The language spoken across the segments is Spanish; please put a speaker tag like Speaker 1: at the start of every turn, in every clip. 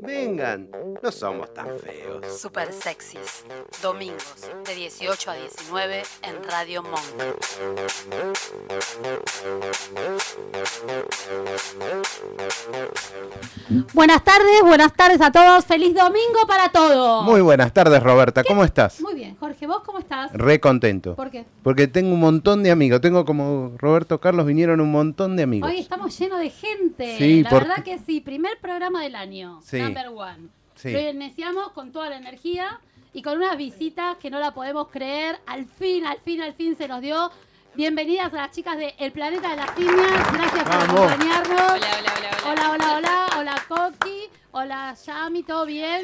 Speaker 1: Vengan, no somos tan feos.
Speaker 2: Super sexys. Domingos de 18 a 19 en Radio Monk.
Speaker 3: Buenas tardes, buenas tardes a todos. Feliz domingo para todos.
Speaker 1: Muy buenas tardes, Roberta, ¿cómo estás?
Speaker 3: Muy bien, Jorge, ¿vos cómo estás?
Speaker 1: Re contento.
Speaker 3: ¿Por qué?
Speaker 1: Porque tengo un montón de amigos. Tengo como Roberto Carlos vinieron un montón de amigos.
Speaker 3: Hoy estamos llenos de gente.
Speaker 1: Sí,
Speaker 3: la
Speaker 1: por-
Speaker 3: verdad que sí, primer programa del año.
Speaker 1: Sí.
Speaker 3: Number one.
Speaker 1: Sí.
Speaker 3: Lo iniciamos con toda la energía y con unas visitas que no la podemos creer. Al fin, al fin, al fin se nos dio. Bienvenidas a las chicas de El Planeta de las Piñas. Gracias por
Speaker 1: Vamos.
Speaker 3: acompañarnos.
Speaker 4: Hola, hola, hola, hola.
Speaker 3: Hola, hola, hola, hola Coqui, hola Yami, ¿todo bien?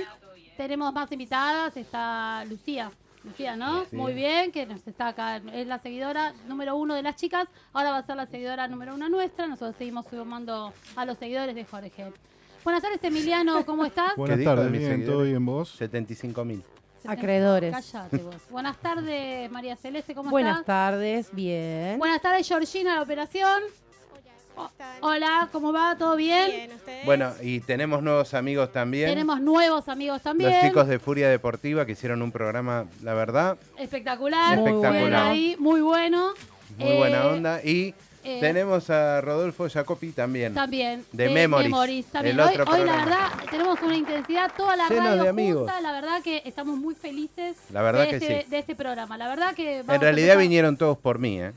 Speaker 3: Tenemos más invitadas, está Lucía. Lucía, ¿no? Muy bien, que nos está acá, es la seguidora número uno de las chicas, ahora va a ser la seguidora número uno nuestra, nosotros seguimos sumando a los seguidores de Jorge. Buenas tardes, Emiliano, ¿cómo estás?
Speaker 1: ¿Qué
Speaker 5: Buenas
Speaker 1: dijo de
Speaker 5: tardes,
Speaker 1: mis
Speaker 5: bien,
Speaker 1: seguidores?
Speaker 5: todo bien vos.
Speaker 1: 75 mil.
Speaker 6: Acreedores.
Speaker 3: Cállate vos. Buenas tardes, María Celeste, ¿cómo
Speaker 6: Buenas
Speaker 3: estás?
Speaker 6: tardes, bien.
Speaker 3: Buenas tardes, Georgina, la operación. Hola, ¿cómo va? ¿Todo bien?
Speaker 7: ¿ustedes?
Speaker 1: Bueno, y tenemos nuevos amigos también.
Speaker 3: Tenemos nuevos amigos también.
Speaker 1: Los chicos de Furia Deportiva que hicieron un programa, la verdad,
Speaker 3: Espectacular.
Speaker 6: Muy
Speaker 1: Espectacular.
Speaker 3: Bien ahí, muy bueno.
Speaker 1: muy
Speaker 3: Eh,
Speaker 1: buena onda. Y
Speaker 3: eh,
Speaker 1: tenemos a Rodolfo Jacopi también.
Speaker 3: También.
Speaker 1: De
Speaker 3: eh,
Speaker 1: Memories,
Speaker 3: también.
Speaker 1: el
Speaker 3: Hoy-
Speaker 1: otro
Speaker 3: hoy, la
Speaker 1: programa.
Speaker 3: verdad, tenemos una intensidad, toda la
Speaker 1: Llenos
Speaker 3: radio
Speaker 1: de amigos.
Speaker 3: junta, La verdad que estamos muy felices
Speaker 1: La verdad
Speaker 3: de,
Speaker 1: que
Speaker 3: este,
Speaker 1: sí.
Speaker 3: de este programa. La verdad que vamos
Speaker 1: En
Speaker 3: a
Speaker 1: realidad
Speaker 3: empezar-
Speaker 1: vinieron todos por mí, ¿eh?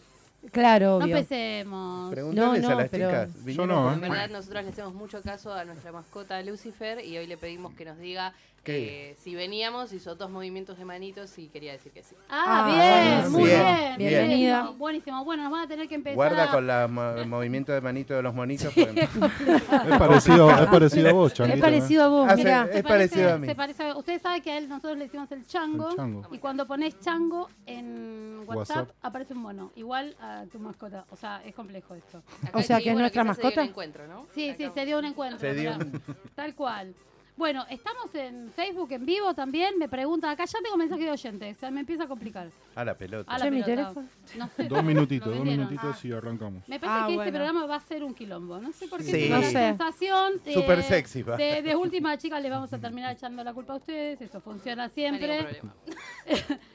Speaker 6: Claro,
Speaker 3: No
Speaker 6: obvio.
Speaker 2: pues,
Speaker 3: empecemos.
Speaker 1: Preguntales
Speaker 6: No, no,
Speaker 1: a las
Speaker 6: pero
Speaker 1: chicas. vinieron
Speaker 5: no,
Speaker 1: por
Speaker 5: ¿eh?
Speaker 1: mí.
Speaker 4: En verdad, nosotros le hacemos mucho caso a nuestra mascota Lucifer y hoy le pedimos que nos diga
Speaker 1: ¿Qué?
Speaker 4: eh, si veníamos, hizo dos movimientos de manitos y quería decir que sí.
Speaker 3: Ah,
Speaker 6: Ah,
Speaker 3: bien,
Speaker 6: bueno,
Speaker 3: muy
Speaker 1: bien,
Speaker 3: bien.
Speaker 1: bien.
Speaker 6: Bienvenida.
Speaker 3: buenísimo, Buenísimo. Bueno, nos van a tener que empezar.
Speaker 1: Guarda
Speaker 3: a-
Speaker 1: con la mo- el movimiento de manito de los monitos. porque-
Speaker 5: Es parecido, es parecido a vos, Changuito.
Speaker 6: Es
Speaker 5: ¿eh?
Speaker 6: parecido a vos,
Speaker 3: Ah,
Speaker 1: Hace-
Speaker 6: mirá.
Speaker 1: es
Speaker 3: se
Speaker 1: parecido a mí.
Speaker 3: se parece a- Ustedes saben que a él nosotros le decimos el chango,
Speaker 5: El chango.
Speaker 3: y cuando pones chango en WhatsApp,
Speaker 5: WhatsApp.
Speaker 3: aparece un mono, igual a tu mascota. O sea, es complejo esto.
Speaker 4: Acá
Speaker 6: O sea,
Speaker 4: aquí,
Speaker 6: que es nuestra
Speaker 4: quizás se dio
Speaker 6: mascota.
Speaker 4: un encuentro, ¿no?
Speaker 3: Sí, sí,
Speaker 4: Acá.
Speaker 3: se dio un encuentro.
Speaker 1: Se dio
Speaker 3: mirá. Tal cual. Bueno, estamos en Facebook en vivo también. Me preguntan acá, ya tengo mensaje de oyentes. O sea, me empieza a complicar.
Speaker 1: A la pelota.
Speaker 3: A la
Speaker 6: Che, mi
Speaker 3: pelota.
Speaker 6: teléfono.
Speaker 3: No sé.
Speaker 5: Dos minutitos,
Speaker 3: Lo
Speaker 5: dos
Speaker 3: vendieron.
Speaker 5: minutitos y arrancamos.
Speaker 3: Me parece
Speaker 6: Ah,
Speaker 3: que
Speaker 6: bueno.
Speaker 3: este programa va a ser un quilombo. No sé por qué
Speaker 1: Sí.
Speaker 3: tengo
Speaker 6: No
Speaker 3: la
Speaker 6: sé.
Speaker 3: sensación. eh,
Speaker 1: Súper sexy, va.
Speaker 3: De, de última, chicas, les vamos a terminar echando la culpa a ustedes. Esto funciona
Speaker 4: No hay ningún
Speaker 3: siempre.
Speaker 4: problema.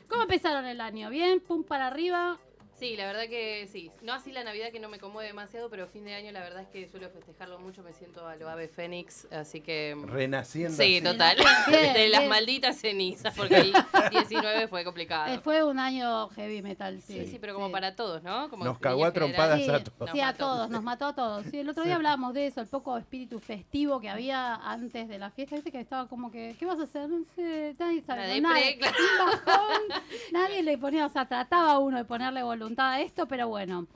Speaker 3: ¿Cómo empezaron el año? ¿Bien? ¿Pum para arriba?
Speaker 4: Sí, la verdad que sí. No así la Navidad que no me conmueve demasiado, pero fin de año la verdad es que suelo festejarlo mucho. Me siento a lo ave fénix, así que...
Speaker 1: Renaciendo.
Speaker 4: Sí,
Speaker 1: así.
Speaker 4: total.
Speaker 3: Bien,
Speaker 4: De las
Speaker 3: bien.
Speaker 4: malditas cenizas, porque el 19 fue complicado.
Speaker 3: Eh, fue un año heavy metal, sí.
Speaker 4: Sí, sí, pero como para todos, ¿no? Como
Speaker 1: Nos
Speaker 4: en
Speaker 1: cagó a
Speaker 4: general.
Speaker 1: trompadas
Speaker 3: Sí,
Speaker 1: a todos.
Speaker 3: sí, a
Speaker 4: Nos mató.
Speaker 3: todos, nos mató a todos. Sí, el otro día hablábamos de eso, el poco espíritu festivo que había antes de la fiesta. Viste que estaba como que, ¿qué vas a hacer? No sé, nadie
Speaker 4: La
Speaker 3: sabía.
Speaker 4: depre,
Speaker 3: Nadie,
Speaker 4: claro.
Speaker 3: un bajón, nadie le ponía, o sea, trataba a uno de ponerle voluntad a esto, pero bueno.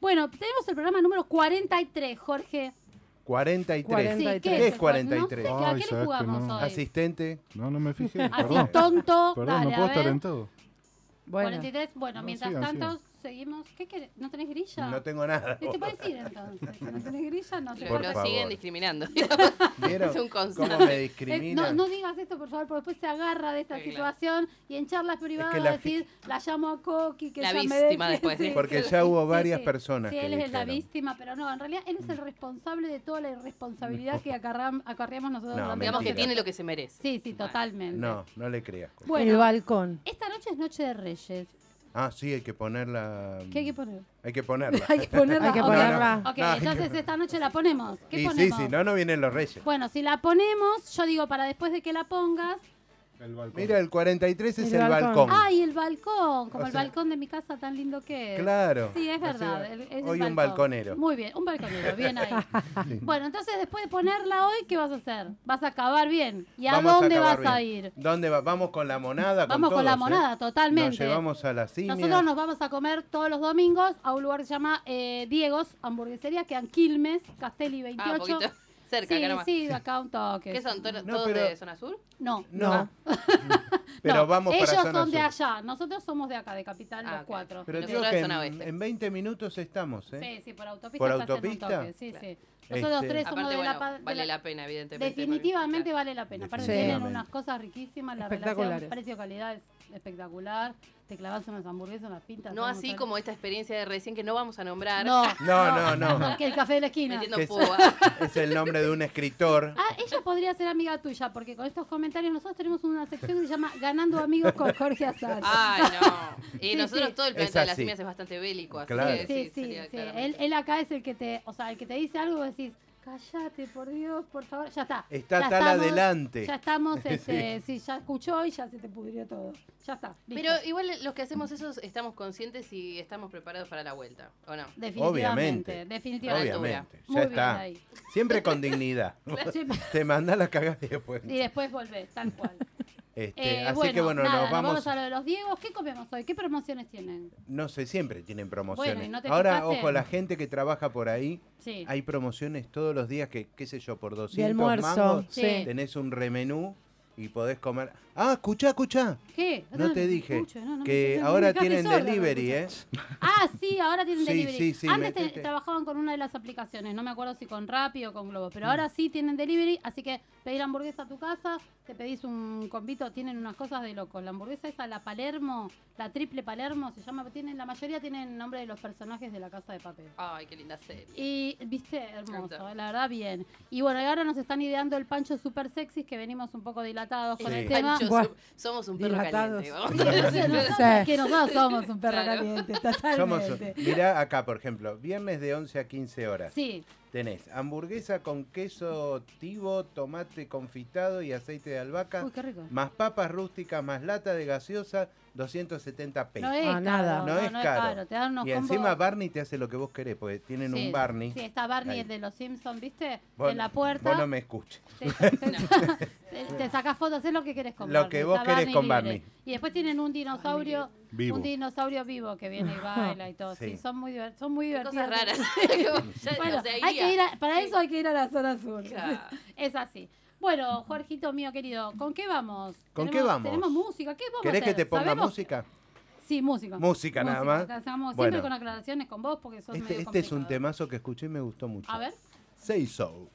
Speaker 3: Bueno, tenemos el programa número 43, Jorge.
Speaker 1: 43.
Speaker 3: Sí,
Speaker 6: 43.
Speaker 1: ¿Qué
Speaker 3: ¿qué
Speaker 1: es 43?
Speaker 3: No sé, ¿A
Speaker 5: Ay,
Speaker 3: qué le
Speaker 5: sabes que
Speaker 3: jugamos
Speaker 5: no.
Speaker 3: hoy? Así,
Speaker 1: Asistente.
Speaker 5: No, no me fijé. Perdón,
Speaker 3: tonto.
Speaker 5: perdón
Speaker 3: dale,
Speaker 5: no puedo
Speaker 3: a ver.
Speaker 5: estar en todo.
Speaker 6: Bueno,
Speaker 3: 43, bueno,
Speaker 5: No,
Speaker 3: mientras
Speaker 5: sigan,
Speaker 3: tanto,
Speaker 5: sigan.
Speaker 3: seguimos. ¿Qué querés? ¿No tenés grilla?
Speaker 1: No tengo nada.
Speaker 3: ¿Qué te puedes ir entonces? Si no tenés grilla, no te
Speaker 1: Por
Speaker 4: Lo
Speaker 3: podés
Speaker 1: favor.
Speaker 4: siguen discriminando.
Speaker 1: ¿Vieron
Speaker 4: Es un constante.
Speaker 1: ¿Cómo me
Speaker 3: Eh,
Speaker 1: discrimina?
Speaker 3: no, no digas esto, por favor, porque después se agarra de esta
Speaker 4: Sí, claro.
Speaker 3: situación y en charlas privadas
Speaker 1: que
Speaker 3: va a
Speaker 1: la fi-
Speaker 3: decir, la llamo a Coqui, que
Speaker 4: La
Speaker 3: ella me
Speaker 4: víctima
Speaker 3: deje".
Speaker 4: después, ¿eh? sí.
Speaker 1: Porque
Speaker 3: sí,
Speaker 1: ya hubo
Speaker 3: sí,
Speaker 1: varias
Speaker 3: sí.
Speaker 1: personas
Speaker 3: Sí,
Speaker 1: que
Speaker 3: él es la
Speaker 1: dijeron.
Speaker 3: víctima, pero no, en realidad él es el responsable de toda la irresponsabilidad que acarram- acarreamos nosotros.
Speaker 1: No,
Speaker 3: durante
Speaker 4: Digamos que
Speaker 1: Mentira.
Speaker 4: tiene lo que se merece.
Speaker 3: Sí, sí, totalmente.
Speaker 1: No, no le creas.
Speaker 6: el
Speaker 3: Bueno,
Speaker 6: balcón.
Speaker 3: esta noche es Noche de Reyes.
Speaker 1: Ah, sí, hay que ponerla.
Speaker 3: ¿Qué hay que poner?
Speaker 1: Hay que ponerla.
Speaker 3: Hay que ponerla.
Speaker 6: Hay que
Speaker 3: ok.
Speaker 6: ponerla.
Speaker 3: Ok,
Speaker 1: No, hay que-
Speaker 3: entonces esta noche la ponemos. ¿Qué
Speaker 1: y sí,
Speaker 3: ponemos?
Speaker 1: si no, no vienen los reyes.
Speaker 3: Bueno, si la ponemos, yo digo para después de que la pongas,
Speaker 5: El balcón.
Speaker 1: Mira, el 43 es el,
Speaker 6: El
Speaker 1: balcón.
Speaker 6: balcón.
Speaker 3: ¡Ay, el balcón! Como
Speaker 1: O
Speaker 3: el
Speaker 1: sea,
Speaker 3: balcón de mi casa tan lindo que es.
Speaker 1: Claro.
Speaker 3: Sí, es
Speaker 1: O sea,
Speaker 3: verdad. el- es el
Speaker 1: hoy un
Speaker 3: balcón.
Speaker 1: balconero.
Speaker 3: Muy bien, un balconero, bien ahí. Bueno, entonces después de ponerla hoy, ¿qué vas a hacer? Vas a acabar bien. ¿Y a
Speaker 1: Vamos
Speaker 3: dónde vas
Speaker 1: acabar
Speaker 3: a
Speaker 1: bien.
Speaker 3: ir?
Speaker 1: ¿Dónde va? Vamos con la monada.
Speaker 3: Vamos con la
Speaker 1: todos, ¿eh?
Speaker 3: monada, totalmente.
Speaker 1: Nos llevamos a la cine.
Speaker 3: Nosotros nos vamos a comer todos los domingos a un lugar que se llama eh, Diego's Hamburguesería, que en Quilmes, Castelli
Speaker 4: Ah, un
Speaker 3: 28.
Speaker 4: poquito cerca,
Speaker 3: sí,
Speaker 4: acá nomás.
Speaker 3: sí, acá un
Speaker 4: ¿Qué
Speaker 3: toque.
Speaker 4: son? ¿Todos,
Speaker 1: No,
Speaker 4: todos
Speaker 1: pero-
Speaker 4: de zona sur?
Speaker 3: No,
Speaker 1: No.
Speaker 6: No.
Speaker 1: Pero
Speaker 3: Ah. no,
Speaker 1: vamos
Speaker 3: Ellos
Speaker 1: para zona
Speaker 3: son de
Speaker 1: sur.
Speaker 3: allá, nosotros somos de acá, de Capital,
Speaker 4: Ah,
Speaker 3: los
Speaker 4: ok.
Speaker 3: cuatro.
Speaker 1: Pero
Speaker 4: Nosotros
Speaker 1: digo
Speaker 4: de
Speaker 1: que
Speaker 4: zona
Speaker 1: en,
Speaker 4: oeste.
Speaker 1: en 20 minutos estamos, ¿eh?
Speaker 3: Sí, sí, por autopista.
Speaker 1: ¿Por
Speaker 3: estás en un
Speaker 1: autopista?
Speaker 3: toque, Sí, sí. Nosotros
Speaker 1: Este.
Speaker 3: tres somos
Speaker 4: Aparte,
Speaker 3: de
Speaker 4: bueno,
Speaker 3: la pa- de
Speaker 4: vale
Speaker 3: la-
Speaker 4: la pena, evidentemente.
Speaker 3: Definitivamente vale la pena. Aparte
Speaker 6: Definitivamente.
Speaker 3: tienen unas cosas riquísimas, la
Speaker 6: Espectaculares.
Speaker 3: relación precio-calidad es espectacular. Te clavas unas hamburguesas, unas pintas.
Speaker 4: No
Speaker 3: unas
Speaker 4: así
Speaker 3: mozzarella.
Speaker 4: como esta experiencia de recién que no vamos a nombrar.
Speaker 3: No,
Speaker 1: No, no, no.
Speaker 3: que el café de la esquina.
Speaker 4: Metiendo
Speaker 1: Que es-
Speaker 4: púa.
Speaker 1: Es el nombre de un escritor.
Speaker 3: Ah, ella podría ser amiga tuya, porque con estos comentarios nosotros tenemos una sección que se llama Ganando Amigos con Jorge Azar.
Speaker 4: Ay, no. Y
Speaker 3: Sí,
Speaker 4: nosotros
Speaker 3: sí.
Speaker 4: todo el
Speaker 1: Es
Speaker 4: planeta de las
Speaker 1: así.
Speaker 4: simias es bastante bélico, así que
Speaker 1: Claro.
Speaker 3: sí, sí,
Speaker 4: sería
Speaker 3: sí.
Speaker 4: claramente.
Speaker 3: Él, él acá es el que te, o sea, el que te dice algo y vos decís, cállate, por Dios, por favor, ya está.
Speaker 1: Está
Speaker 3: Ya
Speaker 1: tal
Speaker 3: estamos-
Speaker 1: adelante.
Speaker 3: Ya estamos, este, sí. ya escuchó y ya se te pudrió todo. Ya está. listo.
Speaker 4: Pero igual los que hacemos eso estamos conscientes y estamos preparados para la vuelta, ¿o no?
Speaker 3: definitivamente,
Speaker 1: Obviamente.
Speaker 3: definitivamente.
Speaker 1: Obviamente.
Speaker 3: Muy
Speaker 1: Ya
Speaker 3: bien
Speaker 1: está.
Speaker 3: ahí.
Speaker 1: Siempre con dignidad.
Speaker 3: Sí,
Speaker 1: Te manda la cagada y después.
Speaker 3: y después volvés, tal cual.
Speaker 1: Este,
Speaker 3: Eh,
Speaker 1: así
Speaker 3: bueno,
Speaker 1: que bueno,
Speaker 3: nada,
Speaker 1: nos vamos.
Speaker 3: a lo de los Diegos. ¿Qué comemos hoy? ¿Qué promociones tienen?
Speaker 1: No sé, siempre tienen promociones.
Speaker 3: Bueno, ¿y no te
Speaker 1: Ahora,
Speaker 3: fijaste?
Speaker 1: ojo, la gente que trabaja por ahí,
Speaker 3: Sí.
Speaker 1: hay promociones todos los días que, qué sé yo, por 200
Speaker 6: De almuerzo.
Speaker 1: mangos,
Speaker 3: Sí.
Speaker 1: tenés un remenú y podés comer. Ah, escuchá, escuchá.
Speaker 3: ¿Qué?
Speaker 1: No te
Speaker 3: me
Speaker 1: dije
Speaker 3: escucho, no, no me-
Speaker 1: que
Speaker 3: no me
Speaker 1: ahora
Speaker 3: dejaste
Speaker 1: tienen
Speaker 3: sorda, no me
Speaker 1: delivery,
Speaker 3: escuchas.
Speaker 1: ¿eh?
Speaker 3: Ah, sí, ahora tienen
Speaker 1: Sí,
Speaker 3: delivery.
Speaker 1: sí, sí,
Speaker 3: Antes te-
Speaker 1: metete.
Speaker 3: trabajaban con una de las aplicaciones, no me acuerdo si con Rappi o con Globo,
Speaker 1: Mm.
Speaker 3: pero ahora sí tienen delivery, así que pedir hamburguesa a tu casa, te pedís un convito, tienen unas cosas de loco. La hamburguesa esa, la Palermo, la triple Palermo, se llama, tienen, la mayoría tienen nombre de los personajes de la casa de papel.
Speaker 4: Ay, qué linda serie.
Speaker 3: Y viste, hermoso,
Speaker 4: Exacto.
Speaker 3: la verdad, bien. Y bueno, y ahora nos están ideando el pancho super sexy, que venimos un poco dilatados con
Speaker 1: Sí.
Speaker 3: el tema.
Speaker 4: Pancho,
Speaker 6: Buah.
Speaker 4: som- somos un perro
Speaker 6: Dilatados.
Speaker 4: caliente. vamos a decir.
Speaker 3: Nosotros- que nosotros somos un perro
Speaker 4: Claro.
Speaker 3: caliente, totalmente.
Speaker 1: Somos, mirá acá, por ejemplo, viernes de 11 a 15 horas.
Speaker 3: Sí,
Speaker 1: Tenés hamburguesa con queso tibo, tomate confitado y aceite de albahaca,
Speaker 3: uy, qué rico.
Speaker 1: más papas rústicas, más lata de gaseosa, 270 pesos.
Speaker 3: No es
Speaker 6: Ah,
Speaker 3: caro,
Speaker 6: nada.
Speaker 3: No,
Speaker 1: No es caro.
Speaker 3: Te dan unos
Speaker 1: y
Speaker 3: combos-
Speaker 1: encima Barney te hace lo que vos querés, porque tienen
Speaker 3: Sí,
Speaker 1: un Barney.
Speaker 3: Sí, está Barney,
Speaker 1: Ahí.
Speaker 3: el de los Simpsons, ¿viste?
Speaker 1: Vos-
Speaker 3: en la puerta.
Speaker 1: Vos no me escuches.
Speaker 3: Te, te- te sacás fotos, es lo que querés con
Speaker 1: Lo
Speaker 3: Barney,
Speaker 1: que vos
Speaker 3: está
Speaker 1: querés con
Speaker 3: libre.
Speaker 1: Barney.
Speaker 3: Y después tienen un dinosaurio,
Speaker 8: Vivo.
Speaker 3: un dinosaurio vivo que viene y baila y todo. Sí,
Speaker 1: Sí.
Speaker 3: son muy diver- son muy divertidos.
Speaker 4: Cosas raras. Como ya-
Speaker 3: Bueno,
Speaker 4: o sea,
Speaker 3: hay
Speaker 4: iría.
Speaker 3: que ir a- para eso hay que ir a la zona sur.
Speaker 4: Claro.
Speaker 3: Es así. Bueno, Jorgito mío querido, ¿con qué vamos?
Speaker 1: ¿Con qué
Speaker 3: Tenemos-
Speaker 1: vamos?
Speaker 3: Tenemos música, ¿qué vamos a
Speaker 1: ¿Querés que
Speaker 3: hacer?
Speaker 1: te ponga
Speaker 3: ¿Sabemos?
Speaker 1: música?
Speaker 3: Sí, música.
Speaker 1: Música nada más.
Speaker 3: acá estamos siempre
Speaker 1: Bueno.
Speaker 3: con aclaraciones con vos porque sos
Speaker 1: Este,
Speaker 3: medio
Speaker 1: este es un
Speaker 3: complicado.
Speaker 1: temazo que escuché y me gustó mucho.
Speaker 3: A ver.
Speaker 1: Say so.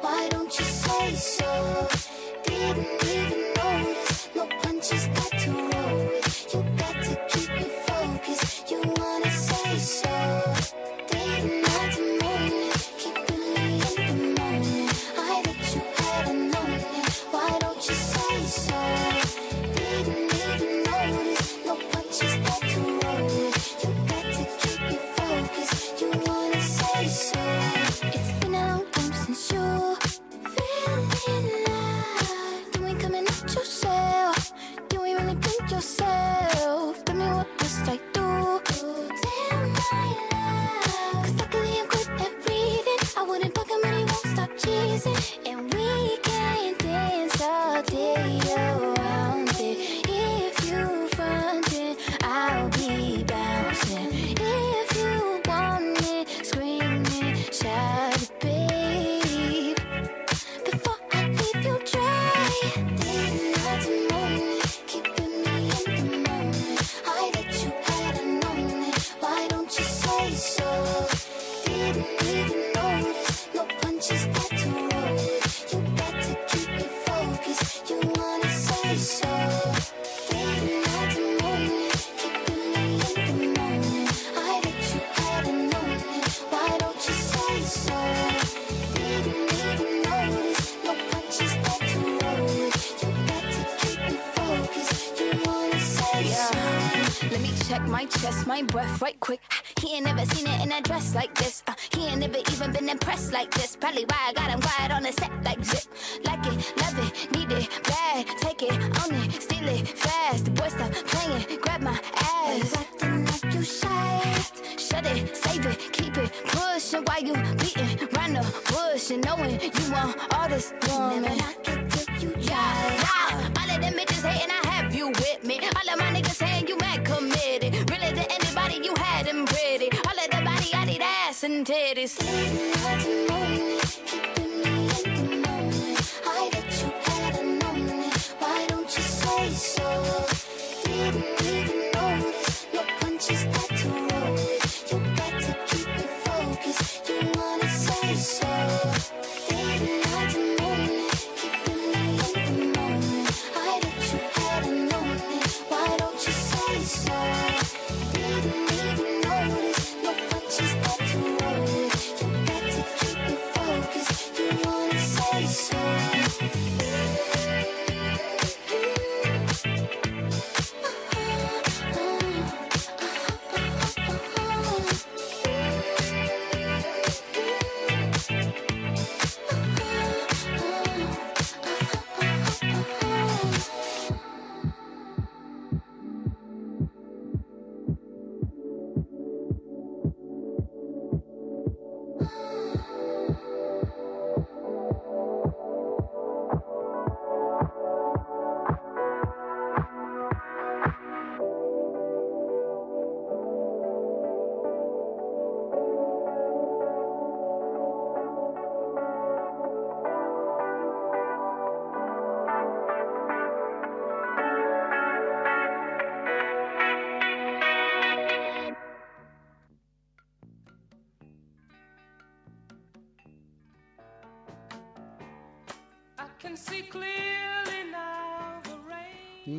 Speaker 5: Why don't you say so? Didn't even notice. No punches got to roll with. You got to keep me focused. You wanna say so? Didn't matter moment, keeping me in the moment. I bet you hadn't known it. Why don't you say so? Didn't even notice. No punches got to roll with. You got to keep me focused. You wanna say so? It's been a long time since you. Can we come and at yourself? Can we really paint yourself? Tell me what must I do? Damn my life. Cause luckily I'm good at breathing. I wouldn't fuck him and he won't stop cheesing. And we can dance all day around it. If you front it, I'll be bouncing. If you want it, scream it, shout it, babe. Before I leave you dry Didn't matter moment Keeping me in the moment I that you hadn't known it Why don't you say so? Didn't even notice No punches got to roll You got to keep me focused You wanna say so Didn't matter moment Keeping me in the moment I that you hadn't known it Why don't you say so? Didn't even notice No punches got to roll You got to keep me focused You wanna say so
Speaker 9: Let me check my chest, my breath right quick. He ain't never seen it in a dress like this. Uh, he ain't never even been impressed like this. Probably why I got him quiet on the set like zip. Like it, love it, need it, bad. Take it, own it, steal it, fast. The boy stop playing, grab my ass.
Speaker 5: acting like you shy.
Speaker 9: Shut it, save it, keep it, pushing while you beating round the bush and knowing you want all this
Speaker 5: Never
Speaker 9: woman.
Speaker 5: knock it till you
Speaker 9: Yeah,
Speaker 5: try.
Speaker 9: yeah. All of them bitches hating, I have you with me. All of my niggas saying you mad committed. Really to anybody, you had them pretty. All of the body, I need ass and titties.
Speaker 5: Didn't matter moment, say so. Didn't even notice no punches had to roll it. You got to keep it focused. You wanna say so. Didn't like the moment, keeping me in the moment. I bet you had known it. Why don't you say so? Didn't even notice no punches had to roll it. You got to keep it focused. You wanna say so.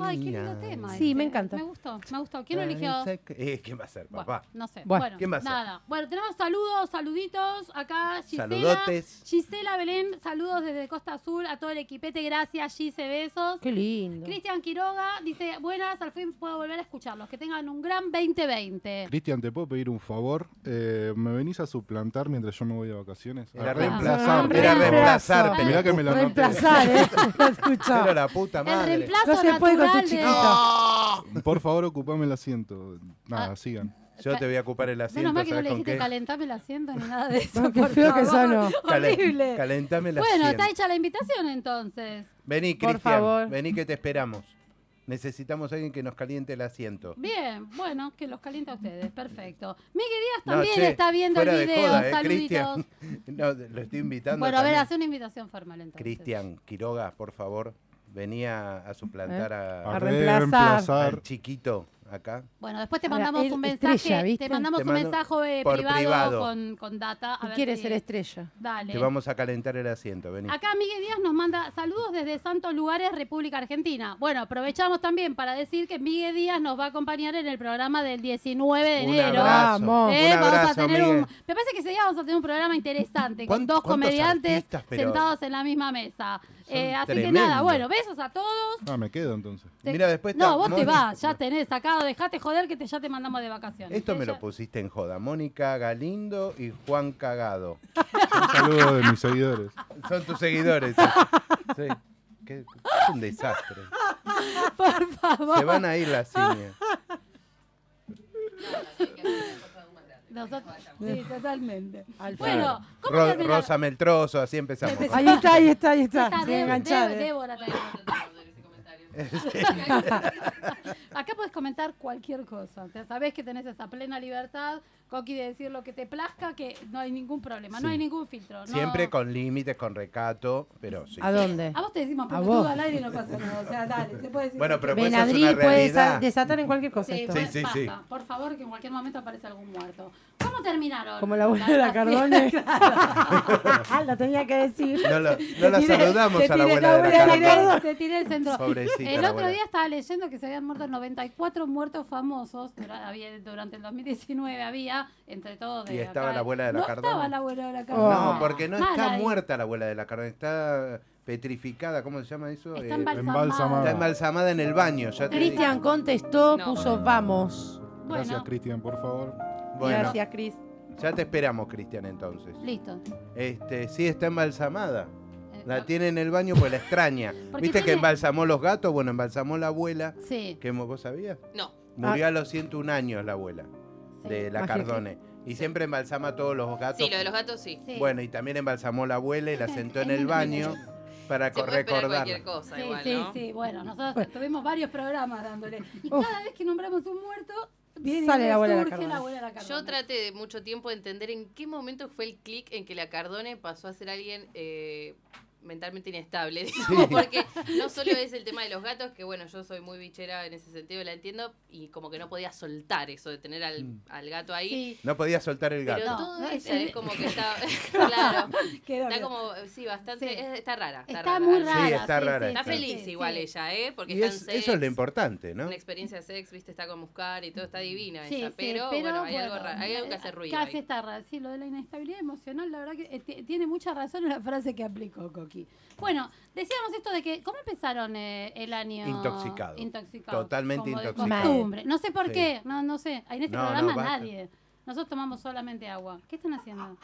Speaker 3: Ay, qué lindo tema. este.
Speaker 6: Sí, me encanta.
Speaker 3: Me gustó, me gustó. ¿Quién lo eligió?
Speaker 1: Eh, ¿Quién va a ser,
Speaker 3: Bueno,
Speaker 1: papá?
Speaker 3: no sé.
Speaker 6: Bueno.
Speaker 3: Bueno,
Speaker 1: ¿Quién va a ser?
Speaker 3: nada. Bueno, tenemos saludos, saluditos. Acá Gisela.
Speaker 1: Saludotes.
Speaker 3: Gisela Belén, saludos desde Costa Azul a todo el equipete. Gracias, Gise, besos.
Speaker 6: Qué lindo.
Speaker 3: Cristian Quiroga dice, buenas, al fin puedo volver a escucharlos. Que tengan un gran 2020.
Speaker 9: Cristian, ¿te puedo pedir un favor? Eh, ¿Me venís a suplantar mientras yo me voy de vacaciones?
Speaker 1: Era
Speaker 9: Ah,
Speaker 1: reemplazarte,
Speaker 6: Ah,
Speaker 1: era
Speaker 6: reemplazo.
Speaker 1: reemplazarte.
Speaker 9: Mirá que me lo anoté.
Speaker 6: Reemplazar, ¿eh? Lo escuchó.
Speaker 1: Pero la puta
Speaker 3: El
Speaker 1: madre.
Speaker 3: reemplazo
Speaker 6: No se puede con tu
Speaker 3: natural de-
Speaker 6: chiquito.
Speaker 9: Por favor, ocupame el asiento. Nada, sigan.
Speaker 1: Yo te voy a ocupar el
Speaker 3: Menos
Speaker 1: asiento,
Speaker 3: mal que no
Speaker 1: ¿sabes
Speaker 3: le
Speaker 1: con
Speaker 3: dijiste
Speaker 1: qué?
Speaker 3: calentame el asiento ni nada de eso.
Speaker 6: No, qué
Speaker 3: por
Speaker 6: feo que
Speaker 3: favor.
Speaker 6: sonó.
Speaker 1: Calen-
Speaker 3: Horrible.
Speaker 1: Calentame el
Speaker 3: Bueno,
Speaker 1: asiento.
Speaker 3: está hecha la invitación entonces.
Speaker 1: Vení,
Speaker 6: Por favor.
Speaker 1: Cristian, vení que te esperamos. Necesitamos a alguien que nos caliente el asiento.
Speaker 3: Bien, bueno, que los calienta a ustedes, perfecto. Miguel Díaz
Speaker 1: No,
Speaker 3: también
Speaker 1: che,
Speaker 3: está viendo el
Speaker 1: fuera de
Speaker 3: video,
Speaker 1: joda, eh,
Speaker 3: saluditos.
Speaker 1: Cristian. No, lo estoy invitando
Speaker 3: Bueno, a ver,
Speaker 1: también.
Speaker 3: hace una invitación formal entonces.
Speaker 1: Cristian Quiroga, por favor, venía a suplantar
Speaker 3: Eh.
Speaker 1: a,
Speaker 6: A
Speaker 9: A
Speaker 6: reemplazar.
Speaker 1: al
Speaker 9: reemplazar.
Speaker 1: chiquito acá.
Speaker 3: Bueno, después te
Speaker 6: Ahora,
Speaker 3: mandamos
Speaker 6: él
Speaker 3: un
Speaker 6: estrella,
Speaker 3: mensaje,
Speaker 6: ¿viste?
Speaker 3: te mandamos
Speaker 1: Te
Speaker 3: un
Speaker 1: mando
Speaker 3: mensaje eh,
Speaker 1: por
Speaker 3: privado,
Speaker 1: privado.
Speaker 3: Con, con data. A
Speaker 6: Y
Speaker 3: ver
Speaker 6: quiere
Speaker 3: si-
Speaker 6: ser este? estrella.
Speaker 3: Dale.
Speaker 1: Te vamos a calentar el asiento, vení.
Speaker 3: Acá Miguel Díaz nos manda saludos desde Santos Lugares, República Argentina. Bueno, aprovechamos también para decir que Miguel Díaz nos va a acompañar en el programa del 19 de
Speaker 1: Un
Speaker 3: enero.
Speaker 1: abrazo.
Speaker 6: Vamos.
Speaker 3: Eh,
Speaker 1: Un
Speaker 3: vamos a
Speaker 1: abrazo,
Speaker 3: tener un,
Speaker 1: Miguel.
Speaker 3: me parece que ese día vamos a tener un programa interesante con
Speaker 1: ¿Cuán-
Speaker 3: dos
Speaker 1: cuántos
Speaker 3: comediantes
Speaker 1: artistas, pero-
Speaker 3: sentados en la misma mesa.
Speaker 1: Son
Speaker 3: Eh, así que
Speaker 1: tremendo.
Speaker 3: nada, bueno, besos a todos.
Speaker 9: Ah, me quedo entonces.
Speaker 3: Te-
Speaker 1: Mira, después
Speaker 3: No,
Speaker 1: está
Speaker 3: vos te
Speaker 1: Mónica.
Speaker 3: vas, ya tenés sacado, dejate joder que te, ya te mandamos de vacaciones.
Speaker 1: Esto me
Speaker 3: Ella-
Speaker 1: lo pusiste en joda. Mónica Galindo y Juan Cagado.
Speaker 9: Un saludo de mis seguidores.
Speaker 1: Son tus seguidores. ¿eh? sí. Sí. Qué- es un desastre.
Speaker 3: Por
Speaker 1: Se
Speaker 3: favor.
Speaker 1: van a ir las ciñas.
Speaker 3: Nosotros- sí, totalmente.
Speaker 6: Al
Speaker 3: Bueno, ¿cómo
Speaker 1: Ro-
Speaker 3: terminar?
Speaker 1: Rosa Meltroso, así empezamos.
Speaker 6: Ahí está, ahí está, ahí está.
Speaker 3: Está
Speaker 6: Me
Speaker 3: Débora,
Speaker 6: enganchás,
Speaker 3: Débora,
Speaker 6: eh.
Speaker 3: Débora también. Acá puedes comentar cualquier cosa. O sea, sabés que tenés esa plena libertad, Coqui, de decir lo que te plazca, que no hay ningún problema, no
Speaker 1: Sí.
Speaker 3: hay ningún filtro. no-
Speaker 1: Siempre con límites, con recato, pero sí.
Speaker 6: ¿A dónde?
Speaker 3: A vos te decimos
Speaker 6: A
Speaker 3: pelotudo
Speaker 6: vos.
Speaker 3: al aire y no pasa nada. O sea, dale, te puede decir.
Speaker 1: Bueno, pero pues es
Speaker 6: Benadryl
Speaker 1: una
Speaker 6: puede
Speaker 1: realidad.
Speaker 6: desa- desatar en cualquier cosa
Speaker 3: Sí,
Speaker 6: esto. ¿eh?
Speaker 3: pues,
Speaker 1: sí,
Speaker 3: basta.
Speaker 1: sí.
Speaker 3: Por favor, que en cualquier momento aparece algún muerto. ¿Cómo terminaron?
Speaker 6: Como la abuela de la Cardone.
Speaker 3: Claro.
Speaker 6: lo tenía que decir.
Speaker 1: No, la- no la
Speaker 6: Te tiré-
Speaker 1: saludamos
Speaker 6: te
Speaker 1: a la
Speaker 6: tiré
Speaker 1: abuela de la
Speaker 6: abuela de
Speaker 1: Cardona.
Speaker 3: Te tiré el centro.
Speaker 1: Pobrecita la
Speaker 3: el otro
Speaker 1: abuela.
Speaker 3: día estaba leyendo que se habían muerto 94 muertos famosos dura- había- durante el 2019 había entre todos de
Speaker 1: ¿Y estaba
Speaker 3: acá.
Speaker 1: la abuela de la
Speaker 3: no
Speaker 1: Cardona?
Speaker 3: estaba la abuela de la Cardona.
Speaker 1: No, porque no
Speaker 3: Mal
Speaker 1: está
Speaker 3: ahí.
Speaker 1: muerta la abuela de la Cardona, está petrificada, ¿cómo se llama eso?
Speaker 3: Está
Speaker 1: Eh,
Speaker 3: embalsamada.
Speaker 1: está
Speaker 9: Embalsamada.
Speaker 1: embalsamada en el baño, ya te digo.
Speaker 6: Cristian contestó,
Speaker 4: No.
Speaker 6: puso vamos.
Speaker 3: Bueno,
Speaker 9: Gracias, Cristian, por favor.
Speaker 1: Bueno,
Speaker 6: Gracias, Cris.
Speaker 1: ya te esperamos, Cristian, entonces.
Speaker 3: listo.
Speaker 1: Este, sí, está embalsamada.
Speaker 3: Eh,
Speaker 1: La tiene en el baño pues la extraña.
Speaker 3: Porque
Speaker 1: ¿Viste que
Speaker 3: tiene-
Speaker 1: embalsamó los gatos? Bueno, embalsamó la abuela,
Speaker 3: Sí.
Speaker 1: que mo- vos sabías.
Speaker 4: No,
Speaker 1: Murió a los 101 años la abuela
Speaker 3: Sí.
Speaker 1: de la
Speaker 6: Ah. Imagínate.
Speaker 1: Cardone. Y siempre embalsama a todos los gatos.
Speaker 4: sí, lo de los gatos sí.
Speaker 3: sí.
Speaker 1: Bueno, y también embalsamó la abuela y la sentó en el baño para
Speaker 4: Se
Speaker 1: co-
Speaker 4: puede esperar
Speaker 1: recordar.
Speaker 4: cualquier cosa
Speaker 3: Sí,
Speaker 4: igual,
Speaker 3: sí,
Speaker 4: ¿no?
Speaker 3: sí. Bueno, nosotros tuvimos varios programas dándole. Y cada vez que nombramos un muerto, viene
Speaker 6: Sale
Speaker 3: y
Speaker 6: la abuela de la
Speaker 3: surge
Speaker 6: Cardona.
Speaker 3: la abuela de la Cardona.
Speaker 4: Yo traté de mucho tiempo de entender en qué momento fue el clic en que la Cardone pasó a ser alguien eh, mentalmente inestable, digamos, porque no solo es el tema de los gatos, que bueno, yo soy muy bichera en ese sentido, la entiendo, y como que no podía soltar eso de tener al, al gato ahí.
Speaker 3: Sí.
Speaker 1: No podía soltar el
Speaker 4: Pero
Speaker 1: Mm. gato.
Speaker 3: No,
Speaker 4: todo
Speaker 3: no,
Speaker 4: ella
Speaker 3: es-
Speaker 4: es como que está, claro,
Speaker 6: Quedó
Speaker 4: está
Speaker 6: bien.
Speaker 4: como, sí, bastante,
Speaker 3: Sí.
Speaker 4: es- está rara. Está,
Speaker 3: Está
Speaker 4: rara.
Speaker 3: muy
Speaker 4: Sí,
Speaker 3: rara.
Speaker 1: está rara,
Speaker 4: Está
Speaker 1: Sí,
Speaker 4: feliz
Speaker 3: sí,
Speaker 4: igual
Speaker 3: sí.
Speaker 4: ella, ¿eh? Porque
Speaker 1: Y
Speaker 4: está en
Speaker 1: es-
Speaker 4: sex,
Speaker 1: eso es lo importante, ¿no?
Speaker 4: Una experiencia sex, viste, está con buscar y todo, está divina
Speaker 3: Sí,
Speaker 4: ella.
Speaker 3: sí, eh,
Speaker 4: pero, bueno, hay algo raro, hay algo que hace ruido.
Speaker 3: Casi
Speaker 4: ahí.
Speaker 3: está raro. Sí, lo de la inestabilidad emocional, la verdad que eh, ti- tiene mucha razón en la frase que aplicó Coqui. Bueno, decíamos esto de que, ¿cómo empezaron eh, el año?
Speaker 1: Intoxicado.
Speaker 3: Intoxicado.
Speaker 1: Totalmente
Speaker 3: como de
Speaker 1: intoxicado.
Speaker 3: costumbre. No sé por
Speaker 1: Sí.
Speaker 3: qué, no, no sé. En este
Speaker 1: No, no,
Speaker 3: programa
Speaker 1: basta.
Speaker 3: nadie. Nosotros tomamos solamente agua. ¿Qué están haciendo?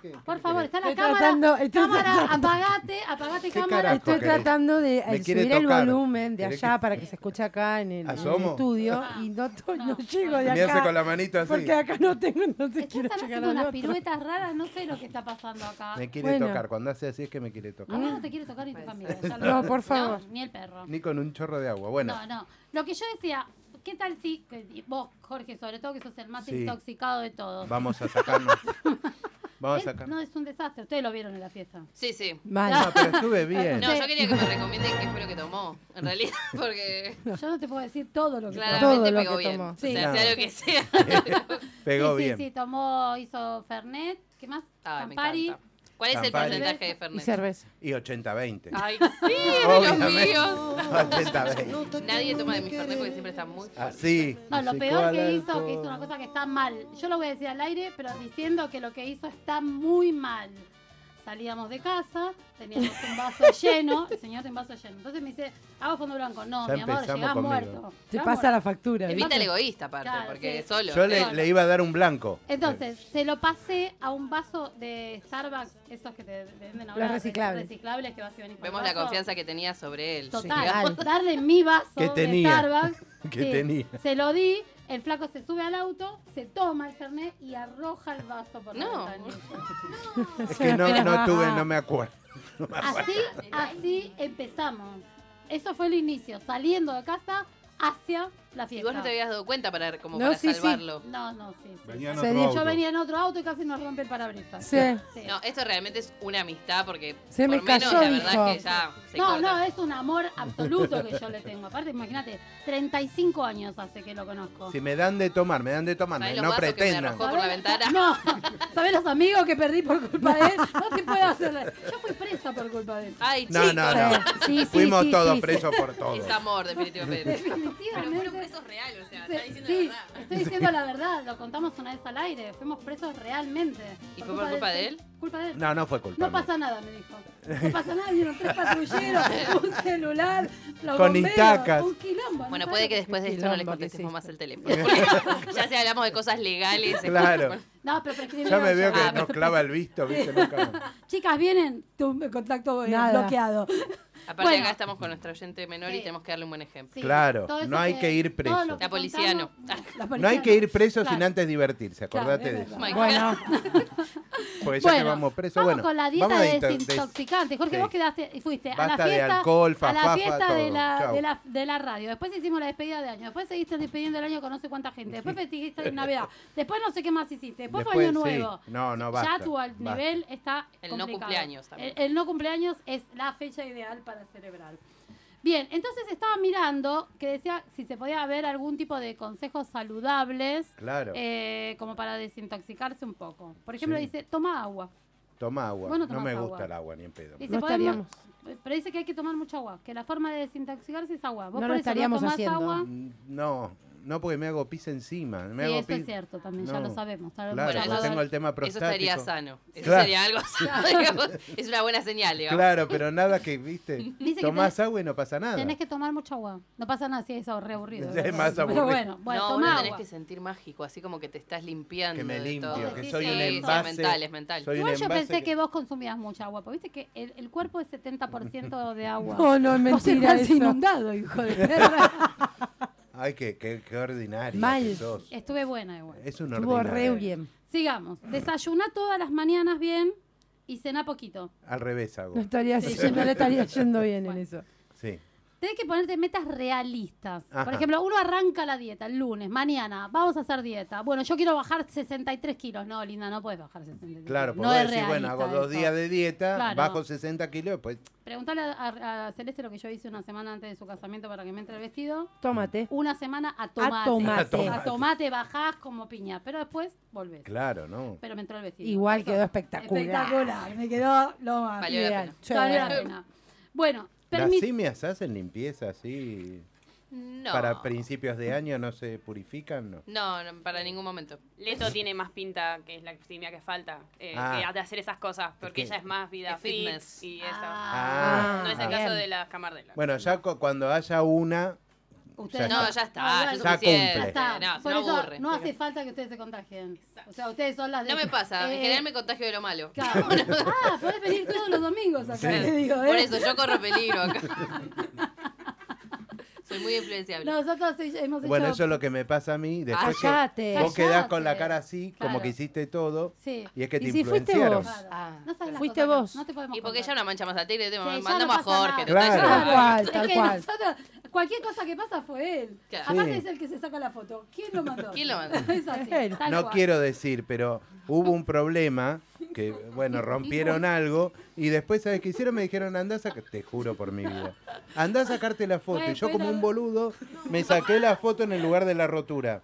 Speaker 10: ¿Qué- qué
Speaker 3: Por favor,
Speaker 10: querés?
Speaker 3: está la
Speaker 6: Estoy
Speaker 3: cámara.
Speaker 6: tratando- estoy
Speaker 3: cámara,
Speaker 6: tratando.
Speaker 3: apagate, apagate
Speaker 1: ¿Qué
Speaker 3: cámara.
Speaker 1: carajo?
Speaker 6: Estoy
Speaker 1: querés?
Speaker 6: tratando de
Speaker 1: Me
Speaker 6: eh,
Speaker 1: quiere
Speaker 6: subir el
Speaker 1: tocar.
Speaker 6: volumen de
Speaker 1: ¿Querés
Speaker 6: allá
Speaker 1: que-
Speaker 6: para que se escuche acá en el, en el
Speaker 1: ¿Asomo?
Speaker 6: estudio y no, to- Ah. no llego de
Speaker 1: Me hace
Speaker 6: acá.
Speaker 1: con la manito así.
Speaker 6: Porque acá no tengo, entonces
Speaker 3: Están
Speaker 6: quiero llegar
Speaker 3: haciendo
Speaker 6: al
Speaker 3: unas
Speaker 6: otro.
Speaker 3: piruetas raras, no sé lo que está pasando acá.
Speaker 1: Me quiere
Speaker 6: Bueno.
Speaker 1: tocar. Cuando hace así es que me quiere
Speaker 3: A
Speaker 1: tocar.
Speaker 3: mí no te quiere tocar ni tu familia. ya lo
Speaker 6: No,
Speaker 3: sabes.
Speaker 6: por favor.
Speaker 3: Ni el perro.
Speaker 1: Ni con un chorro de agua. Bueno,
Speaker 3: No, no. Lo que yo decía, ¿qué tal si que vos, Jorge, sobre todo que sos el más
Speaker 1: Sí.
Speaker 3: intoxicado de todos?
Speaker 1: vamos a sacarnos. Vamos a
Speaker 3: Él-
Speaker 1: sacarnos.
Speaker 3: no, es un desastre. Ustedes lo vieron en la fiesta.
Speaker 4: Sí, sí.
Speaker 6: Mal.
Speaker 1: No, pero estuve bien.
Speaker 4: No, yo quería que me recomienden qué fue lo que tomó, en realidad, porque
Speaker 3: Yo no te puedo decir todo lo que
Speaker 4: claramente
Speaker 6: lo
Speaker 4: pegó
Speaker 6: que
Speaker 4: bien.
Speaker 6: tomó.
Speaker 4: O sea,
Speaker 1: Claro.
Speaker 4: sea lo que sea.
Speaker 1: Pegó
Speaker 3: sí,
Speaker 1: bien.
Speaker 3: Sí, sí, tomó, hizo Fernet. ¿Qué más?
Speaker 4: Ay, me
Speaker 3: Campari.
Speaker 4: encanta. ¿Cuál es el
Speaker 1: Campari.
Speaker 4: porcentaje de
Speaker 6: Y
Speaker 4: Fernet?
Speaker 6: cerveza.
Speaker 1: Y 80-20.
Speaker 3: Ah,
Speaker 4: Ay, sí, de los
Speaker 1: Obviamente.
Speaker 4: míos.
Speaker 1: 80-20.
Speaker 4: Nadie toma de mi Fernet porque siempre está muy
Speaker 1: Ah, Así.
Speaker 3: No, lo
Speaker 10: Se
Speaker 3: peor
Speaker 10: cuela
Speaker 3: que
Speaker 10: el
Speaker 3: hizo, que hizo una cosa que está mal. Yo lo voy a decir al aire, pero diciendo que lo que hizo está muy mal. Salíamos de casa, teníamos un vaso lleno, el señor tenía un vaso lleno. Entonces me dice, hago fondo blanco. No,
Speaker 1: Ya
Speaker 3: mi amor,
Speaker 1: empezamos
Speaker 3: llegás
Speaker 1: conmigo.
Speaker 3: muerto.
Speaker 6: Te
Speaker 3: Llegás
Speaker 6: pasa
Speaker 3: muerto.
Speaker 6: la factura.
Speaker 4: Es
Speaker 6: ¿viste?
Speaker 4: vital egoísta aparte,
Speaker 3: Claro,
Speaker 4: porque
Speaker 3: sí.
Speaker 4: solo.
Speaker 1: Yo le, le iba a dar un blanco.
Speaker 3: Entonces, se lo pasé a un vaso de Starbucks, esos que te te venden ahora.
Speaker 6: Los reciclables.
Speaker 3: reciclables que vas a venir
Speaker 4: Vemos la confianza que tenía sobre él.
Speaker 3: Total,
Speaker 6: Sí.
Speaker 3: darle mi vaso
Speaker 1: Que
Speaker 3: de
Speaker 1: tenía.
Speaker 3: Starbucks.
Speaker 1: Que tenía.
Speaker 3: Se lo di, el flaco se sube al auto, se toma el Fernet y arroja el vaso por
Speaker 4: No.
Speaker 3: la ventanilla.
Speaker 1: Es que no, no tuve, no me acuerdo.
Speaker 3: Así, así empezamos. Eso fue el inicio, saliendo de casa hacia la
Speaker 4: Y
Speaker 3: fiesta.
Speaker 4: vos no te habías dado cuenta para, como
Speaker 6: No,
Speaker 4: para
Speaker 6: sí, sí.
Speaker 4: salvarlo.
Speaker 3: No, no, sí. sí.
Speaker 10: Venía en
Speaker 6: Se
Speaker 10: otro
Speaker 6: dio-
Speaker 10: auto.
Speaker 3: Yo venía en otro auto y casi nos rompe el parabrisas.
Speaker 6: Sí.
Speaker 3: Sí.
Speaker 4: No, esto realmente es una amistad porque
Speaker 6: Se
Speaker 4: por
Speaker 6: me
Speaker 4: menos
Speaker 6: cayó,
Speaker 4: la verdad
Speaker 6: dijo.
Speaker 4: que ya se
Speaker 3: No,
Speaker 4: corta.
Speaker 3: no, es un amor absoluto que yo le tengo. Aparte, imagínate, 35 años hace que lo conozco.
Speaker 1: Si me dan de tomar, me dan de tomar.
Speaker 4: Ahí los
Speaker 1: No
Speaker 4: vasos que me
Speaker 1: pretendan.
Speaker 4: arrojó. por la ventana.
Speaker 3: No, ¿sabés los amigos que perdí por culpa de él? No te puedo hacer. Yo fui presa por culpa de él.
Speaker 4: Ay,
Speaker 1: No,
Speaker 4: chicos.
Speaker 1: no, no.
Speaker 6: Sí, sí,
Speaker 1: Fuimos
Speaker 6: sí,
Speaker 1: todos
Speaker 6: sí, sí.
Speaker 1: presos por todo.
Speaker 4: Es amor, definitivamente. Pero
Speaker 3: Definitivamente.
Speaker 4: fueron presos reales, o sea, está
Speaker 3: Sí,
Speaker 4: diciendo
Speaker 3: sí,
Speaker 4: la verdad.
Speaker 3: estoy diciendo la verdad, lo contamos una vez al aire, fuimos presos realmente.
Speaker 4: ¿Y fue por culpa de él?
Speaker 3: Culpa de él.
Speaker 1: No, no fue culpa.
Speaker 3: No
Speaker 1: mía.
Speaker 3: pasa nada, me dijo. No pasa nada, vieron tres patrulleros, un celular, los
Speaker 1: Con
Speaker 3: bomberos,
Speaker 1: estacas.
Speaker 3: un quilombo. ¿no
Speaker 4: Bueno,
Speaker 3: sabes?
Speaker 4: puede que después de esto no les
Speaker 6: Quilombo que hiciste.
Speaker 4: contestemos más el teléfono. porque ya si hablamos de cosas legales. este,
Speaker 1: Claro.
Speaker 3: No, pero prescribieron
Speaker 1: Ya me veo
Speaker 4: Ah,
Speaker 1: que nos clava el visto, ¿viste? Nunca más.
Speaker 3: Chicas, vienen, tú me contacto eh,
Speaker 6: Nada.
Speaker 3: bloqueado.
Speaker 4: Aparte
Speaker 3: Bueno.
Speaker 4: acá estamos con nuestro oyente menor
Speaker 3: Sí.
Speaker 4: y tenemos que darle un buen ejemplo.
Speaker 3: Sí,
Speaker 1: Claro,
Speaker 3: todo eso
Speaker 1: no hay que ir preso.
Speaker 3: todo lo que
Speaker 4: La policía no.
Speaker 3: contamos- la
Speaker 1: No
Speaker 3: policía
Speaker 1: hay que ir preso
Speaker 3: Claro.
Speaker 1: sin antes divertirse,
Speaker 3: Claro,
Speaker 1: acordate
Speaker 3: es verdad.
Speaker 1: de eso.
Speaker 4: My God.
Speaker 6: Bueno,
Speaker 1: Porque ya
Speaker 3: Bueno,
Speaker 1: que vamos presos,
Speaker 3: vamos
Speaker 1: bueno.
Speaker 3: con la dieta
Speaker 1: vamos a
Speaker 3: de
Speaker 1: inter-
Speaker 3: desintoxicante. Jorge,
Speaker 1: Sí.
Speaker 3: vos quedaste y fuiste a la
Speaker 1: Basta de
Speaker 3: fiesta,
Speaker 1: alcohol,
Speaker 3: a la
Speaker 1: fafafa,
Speaker 3: fiesta de,
Speaker 1: todo.
Speaker 3: la,
Speaker 1: Chau.
Speaker 3: de, la, de la radio. Después hicimos la despedida de año. Después seguiste despidiendo el año con no sé cuánta gente. Después festejaste de Navidad. Después no sé qué más hiciste. Después, fue año
Speaker 1: Después, sí.
Speaker 3: nuevo.
Speaker 1: No, no, basta,
Speaker 3: ya tu al-
Speaker 1: basta.
Speaker 3: nivel está
Speaker 4: El no
Speaker 3: complicado.
Speaker 4: cumpleaños también.
Speaker 3: El, el no cumpleaños es la fecha ideal para celebrar. Bien, entonces estaba mirando que decía si se podía haber algún tipo de consejos saludables
Speaker 1: Claro,
Speaker 3: eh, como para desintoxicarse un poco. Por ejemplo,
Speaker 1: Sí.
Speaker 3: dice, toma agua.
Speaker 1: toma agua.
Speaker 3: vos no
Speaker 1: No me
Speaker 3: tomás agua.
Speaker 1: gusta el agua ni en pedo.
Speaker 3: Dice,
Speaker 6: no
Speaker 3: podemos-
Speaker 6: estaríamos.
Speaker 3: Pero dice que hay que tomar mucha agua, que la forma de desintoxicarse es agua. Vos
Speaker 6: No
Speaker 3: por
Speaker 6: lo
Speaker 3: eso
Speaker 6: estaríamos
Speaker 3: tomás
Speaker 6: haciendo.
Speaker 3: agua.
Speaker 1: Mm, No, no porque me hago pis encima. Me
Speaker 3: sí,
Speaker 1: hago
Speaker 3: eso
Speaker 1: pis-
Speaker 3: es cierto también, ya
Speaker 1: No.
Speaker 3: lo sabemos. ya lo hemos
Speaker 1: Claro,
Speaker 4: Bueno,
Speaker 1: yo
Speaker 3: hablado.
Speaker 4: eso-
Speaker 1: tengo el tema
Speaker 4: Eso
Speaker 1: prostático.
Speaker 4: sería sano. Eso
Speaker 1: Claro.
Speaker 4: sería algo sano. digamos. es una buena señal, digamos.
Speaker 1: Claro, pero nada que, viste,
Speaker 3: Dice que
Speaker 1: tomás
Speaker 3: tenés-
Speaker 1: agua y no pasa nada.
Speaker 3: Tenés que tomar mucha agua. No pasa nada si es re aburrido.
Speaker 1: Es
Speaker 3: ¿verdad?
Speaker 1: más aburrido.
Speaker 3: Pero bueno, bueno,
Speaker 4: no,
Speaker 3: toma
Speaker 4: uno
Speaker 3: agua.
Speaker 4: tenés que sentir mágico, así como que te estás limpiando.
Speaker 1: Que me
Speaker 4: de
Speaker 1: limpio,
Speaker 4: todo.
Speaker 3: que soy
Speaker 4: Sí,
Speaker 3: un
Speaker 4: sí,
Speaker 1: envase,
Speaker 4: Es mental, es mental.
Speaker 1: soy-
Speaker 3: Igual
Speaker 1: el
Speaker 3: yo
Speaker 1: envase
Speaker 3: pensé que...
Speaker 1: que-
Speaker 3: vos consumías mucha agua, porque viste que el, el cuerpo es 70% de agua.
Speaker 6: Oh, No, no, es
Speaker 3: Vos
Speaker 6: mentira
Speaker 3: estás
Speaker 6: eso.
Speaker 3: inundado, hijo de perra.
Speaker 1: Ay, qué, qué, qué ordinaria
Speaker 6: Mal.
Speaker 1: que sos.
Speaker 3: Estuve buena igual.
Speaker 1: Es un
Speaker 6: Estuvo re
Speaker 1: ordinario.
Speaker 6: bien.
Speaker 3: Sigamos. Desayuná todas las mañanas bien y cená poquito.
Speaker 1: Al revés hago.
Speaker 6: No, estaría,
Speaker 3: Sí.
Speaker 6: no le estaría yendo bien en eso.
Speaker 1: Sí.
Speaker 3: Te Tenés que ponerte metas realistas. Por
Speaker 1: Ajá.
Speaker 3: ejemplo, uno arranca la dieta el lunes, mañana, vamos a hacer dieta. Bueno, yo quiero bajar 63 kilos. No, linda, no puedes bajar 63
Speaker 1: Claro,
Speaker 3: kilos.
Speaker 1: porque
Speaker 3: no
Speaker 1: vos
Speaker 3: es
Speaker 1: decís, bueno, hago
Speaker 3: realista
Speaker 1: dos
Speaker 3: eso.
Speaker 1: días de dieta,
Speaker 3: Claro.
Speaker 1: bajo 60 kilos, pues, después
Speaker 3: Preguntale a, a- a Celeste lo que yo hice una semana antes de su casamiento para que me entre el vestido.
Speaker 6: Tómate.
Speaker 3: Una semana a tomate.
Speaker 6: tomate. A
Speaker 1: tomate.
Speaker 3: A tomate, bajás como piña, pero después volvés.
Speaker 1: Claro, ¿no?
Speaker 3: Pero me entró el vestido.
Speaker 6: Igual
Speaker 3: Eso.
Speaker 6: quedó espectacular.
Speaker 11: Espectacular, me quedó lo más.
Speaker 4: Valió la
Speaker 6: Ideal.
Speaker 4: pena.
Speaker 6: Sí.
Speaker 3: Valió la pena. Bueno,
Speaker 1: Las
Speaker 3: permíteme.
Speaker 1: simias hacen limpieza así.
Speaker 4: No.
Speaker 1: Para principios de año no se purifican, ¿no?
Speaker 4: No, no, para ningún momento.
Speaker 12: Eh, Leto tiene más pinta que es la simia que falta eh,
Speaker 1: Ah.
Speaker 12: que de hacer esas cosas, porque
Speaker 1: Ok.
Speaker 12: ella es más vida
Speaker 4: Es
Speaker 12: fit
Speaker 4: fitness.
Speaker 12: y eso.
Speaker 1: Ah.
Speaker 12: no es el
Speaker 1: Bien.
Speaker 12: caso de las camardelas.
Speaker 1: Bueno, ya cu- cuando haya una,
Speaker 3: Ustedes
Speaker 1: No,
Speaker 4: ya está,
Speaker 3: Ah,
Speaker 4: ya
Speaker 3: bueno,
Speaker 1: Ya suficiente. cumple.
Speaker 3: ya está.
Speaker 4: No,
Speaker 3: Por
Speaker 4: no
Speaker 3: eso
Speaker 4: aburre.
Speaker 3: no hace falta que ustedes se contagien. O sea, ustedes son las de...
Speaker 4: No me pasa, en
Speaker 3: Eh,
Speaker 4: general me contagio de lo malo.
Speaker 3: claro. ah, podés venir todos los domingos acá,
Speaker 4: Sí.
Speaker 3: te digo, ¿eh?
Speaker 4: Por eso yo corro peligro acá. Soy muy influenciable.
Speaker 3: Nosotros he- hemos hecho...
Speaker 1: bueno, eso es lo que me pasa a mí. Después que
Speaker 6: Cállate.
Speaker 1: vos quedás con la
Speaker 3: Cállate.
Speaker 1: cara así, como
Speaker 3: Claro.
Speaker 1: que hiciste todo,
Speaker 3: Sí.
Speaker 1: y es que te
Speaker 6: ¿Y si fuiste
Speaker 1: influenciaron.
Speaker 6: vos?
Speaker 4: Ah.
Speaker 3: No sabes las
Speaker 6: Fuiste
Speaker 3: cosas,
Speaker 6: vos.
Speaker 3: No te podemos
Speaker 4: Y porque
Speaker 3: contar.
Speaker 4: ella es una mancha más al tigre, te
Speaker 3: Sí, ya
Speaker 4: mandamos
Speaker 3: no
Speaker 4: a
Speaker 3: pasa
Speaker 4: Jorge.
Speaker 3: nada.
Speaker 4: total,
Speaker 6: Tal
Speaker 4: ya-
Speaker 6: cual,
Speaker 3: Es
Speaker 6: tal
Speaker 3: que
Speaker 6: cual.
Speaker 3: nosotros- cualquier cosa que pasa fue él.
Speaker 4: Claro.
Speaker 3: Aparte
Speaker 1: Sí.
Speaker 3: es el que se saca la foto. ¿Quién lo mandó?
Speaker 4: ¿Quién lo mandó?
Speaker 3: Es así,
Speaker 6: Él.
Speaker 3: tal
Speaker 1: No
Speaker 3: cual.
Speaker 1: quiero decir, pero hubo un problema que, bueno, rompieron algo y después, ¿sabes qué hicieron? Me dijeron, andá a sacar, te juro por mi vida, andá a sacarte la foto. Y yo como un boludo me saqué la foto en el lugar de la rotura.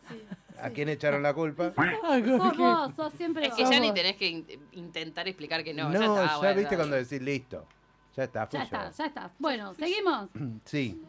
Speaker 1: ¿A quién echaron la culpa?
Speaker 3: Sos vos, sos siempre
Speaker 4: Es que ya
Speaker 3: vos.
Speaker 4: ni tenés que in- intentar explicar que no.
Speaker 1: No,
Speaker 4: ya está,
Speaker 1: ya
Speaker 4: bueno,
Speaker 1: viste
Speaker 4: dale.
Speaker 1: cuando decís, listo, ya está, fui
Speaker 3: Ya
Speaker 1: yo.
Speaker 3: está, ya está. Bueno, seguimos.
Speaker 1: Sí,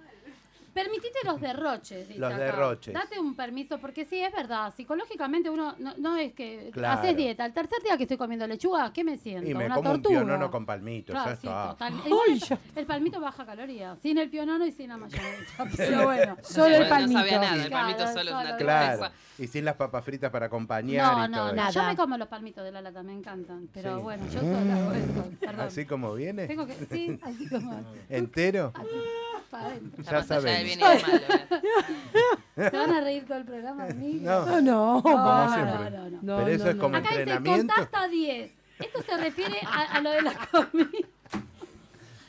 Speaker 3: Permitite los derroches. dice
Speaker 1: Los
Speaker 3: acá.
Speaker 1: derroches.
Speaker 3: Date un permiso, porque sí, es verdad. Psicológicamente uno no, no es que
Speaker 1: Claro.
Speaker 3: haces dieta. El tercer día que estoy comiendo lechuga, ¿qué me siento?
Speaker 1: y me
Speaker 3: Una
Speaker 1: como un
Speaker 3: tortuga.
Speaker 1: pionono con palmitos,
Speaker 3: Claro,
Speaker 1: ya
Speaker 3: sí,
Speaker 1: está.
Speaker 3: total. Igual el, el palmito baja calorías, sin el pionono y sin la mayonesa. Pero bueno,
Speaker 6: Solo el
Speaker 4: No sabía
Speaker 6: palmito.
Speaker 4: nada, el
Speaker 3: Claro,
Speaker 4: palmito solo es
Speaker 3: solo
Speaker 4: una
Speaker 3: el
Speaker 1: Claro,
Speaker 4: tristeza.
Speaker 1: y sin las papas fritas para acompañar
Speaker 3: No,
Speaker 1: y todo
Speaker 3: no,
Speaker 1: eso.
Speaker 3: nada. Yo
Speaker 6: Nada.
Speaker 3: me como los palmitos de la lata, me encantan. Pero
Speaker 1: Sí.
Speaker 3: bueno, yo solo hago eso. Perdón.
Speaker 1: Así como viene,
Speaker 3: Tengo que. Sí, así como.
Speaker 1: entero,
Speaker 3: Para
Speaker 4: La
Speaker 3: adentro.
Speaker 1: ya
Speaker 4: pantalla de
Speaker 1: sabemos.
Speaker 4: bien y de mal, ¿verdad?
Speaker 3: Se van a reír todo el programa de mí.
Speaker 1: No.
Speaker 6: No, no.
Speaker 1: Como
Speaker 3: no,
Speaker 1: siempre.
Speaker 3: no, no.
Speaker 6: No,
Speaker 1: Pero eso
Speaker 6: no,
Speaker 1: es
Speaker 6: no.
Speaker 1: como
Speaker 3: Acá dice
Speaker 1: entrenamiento.
Speaker 3: contá hasta 10. Esto se refiere a, a lo de la comida.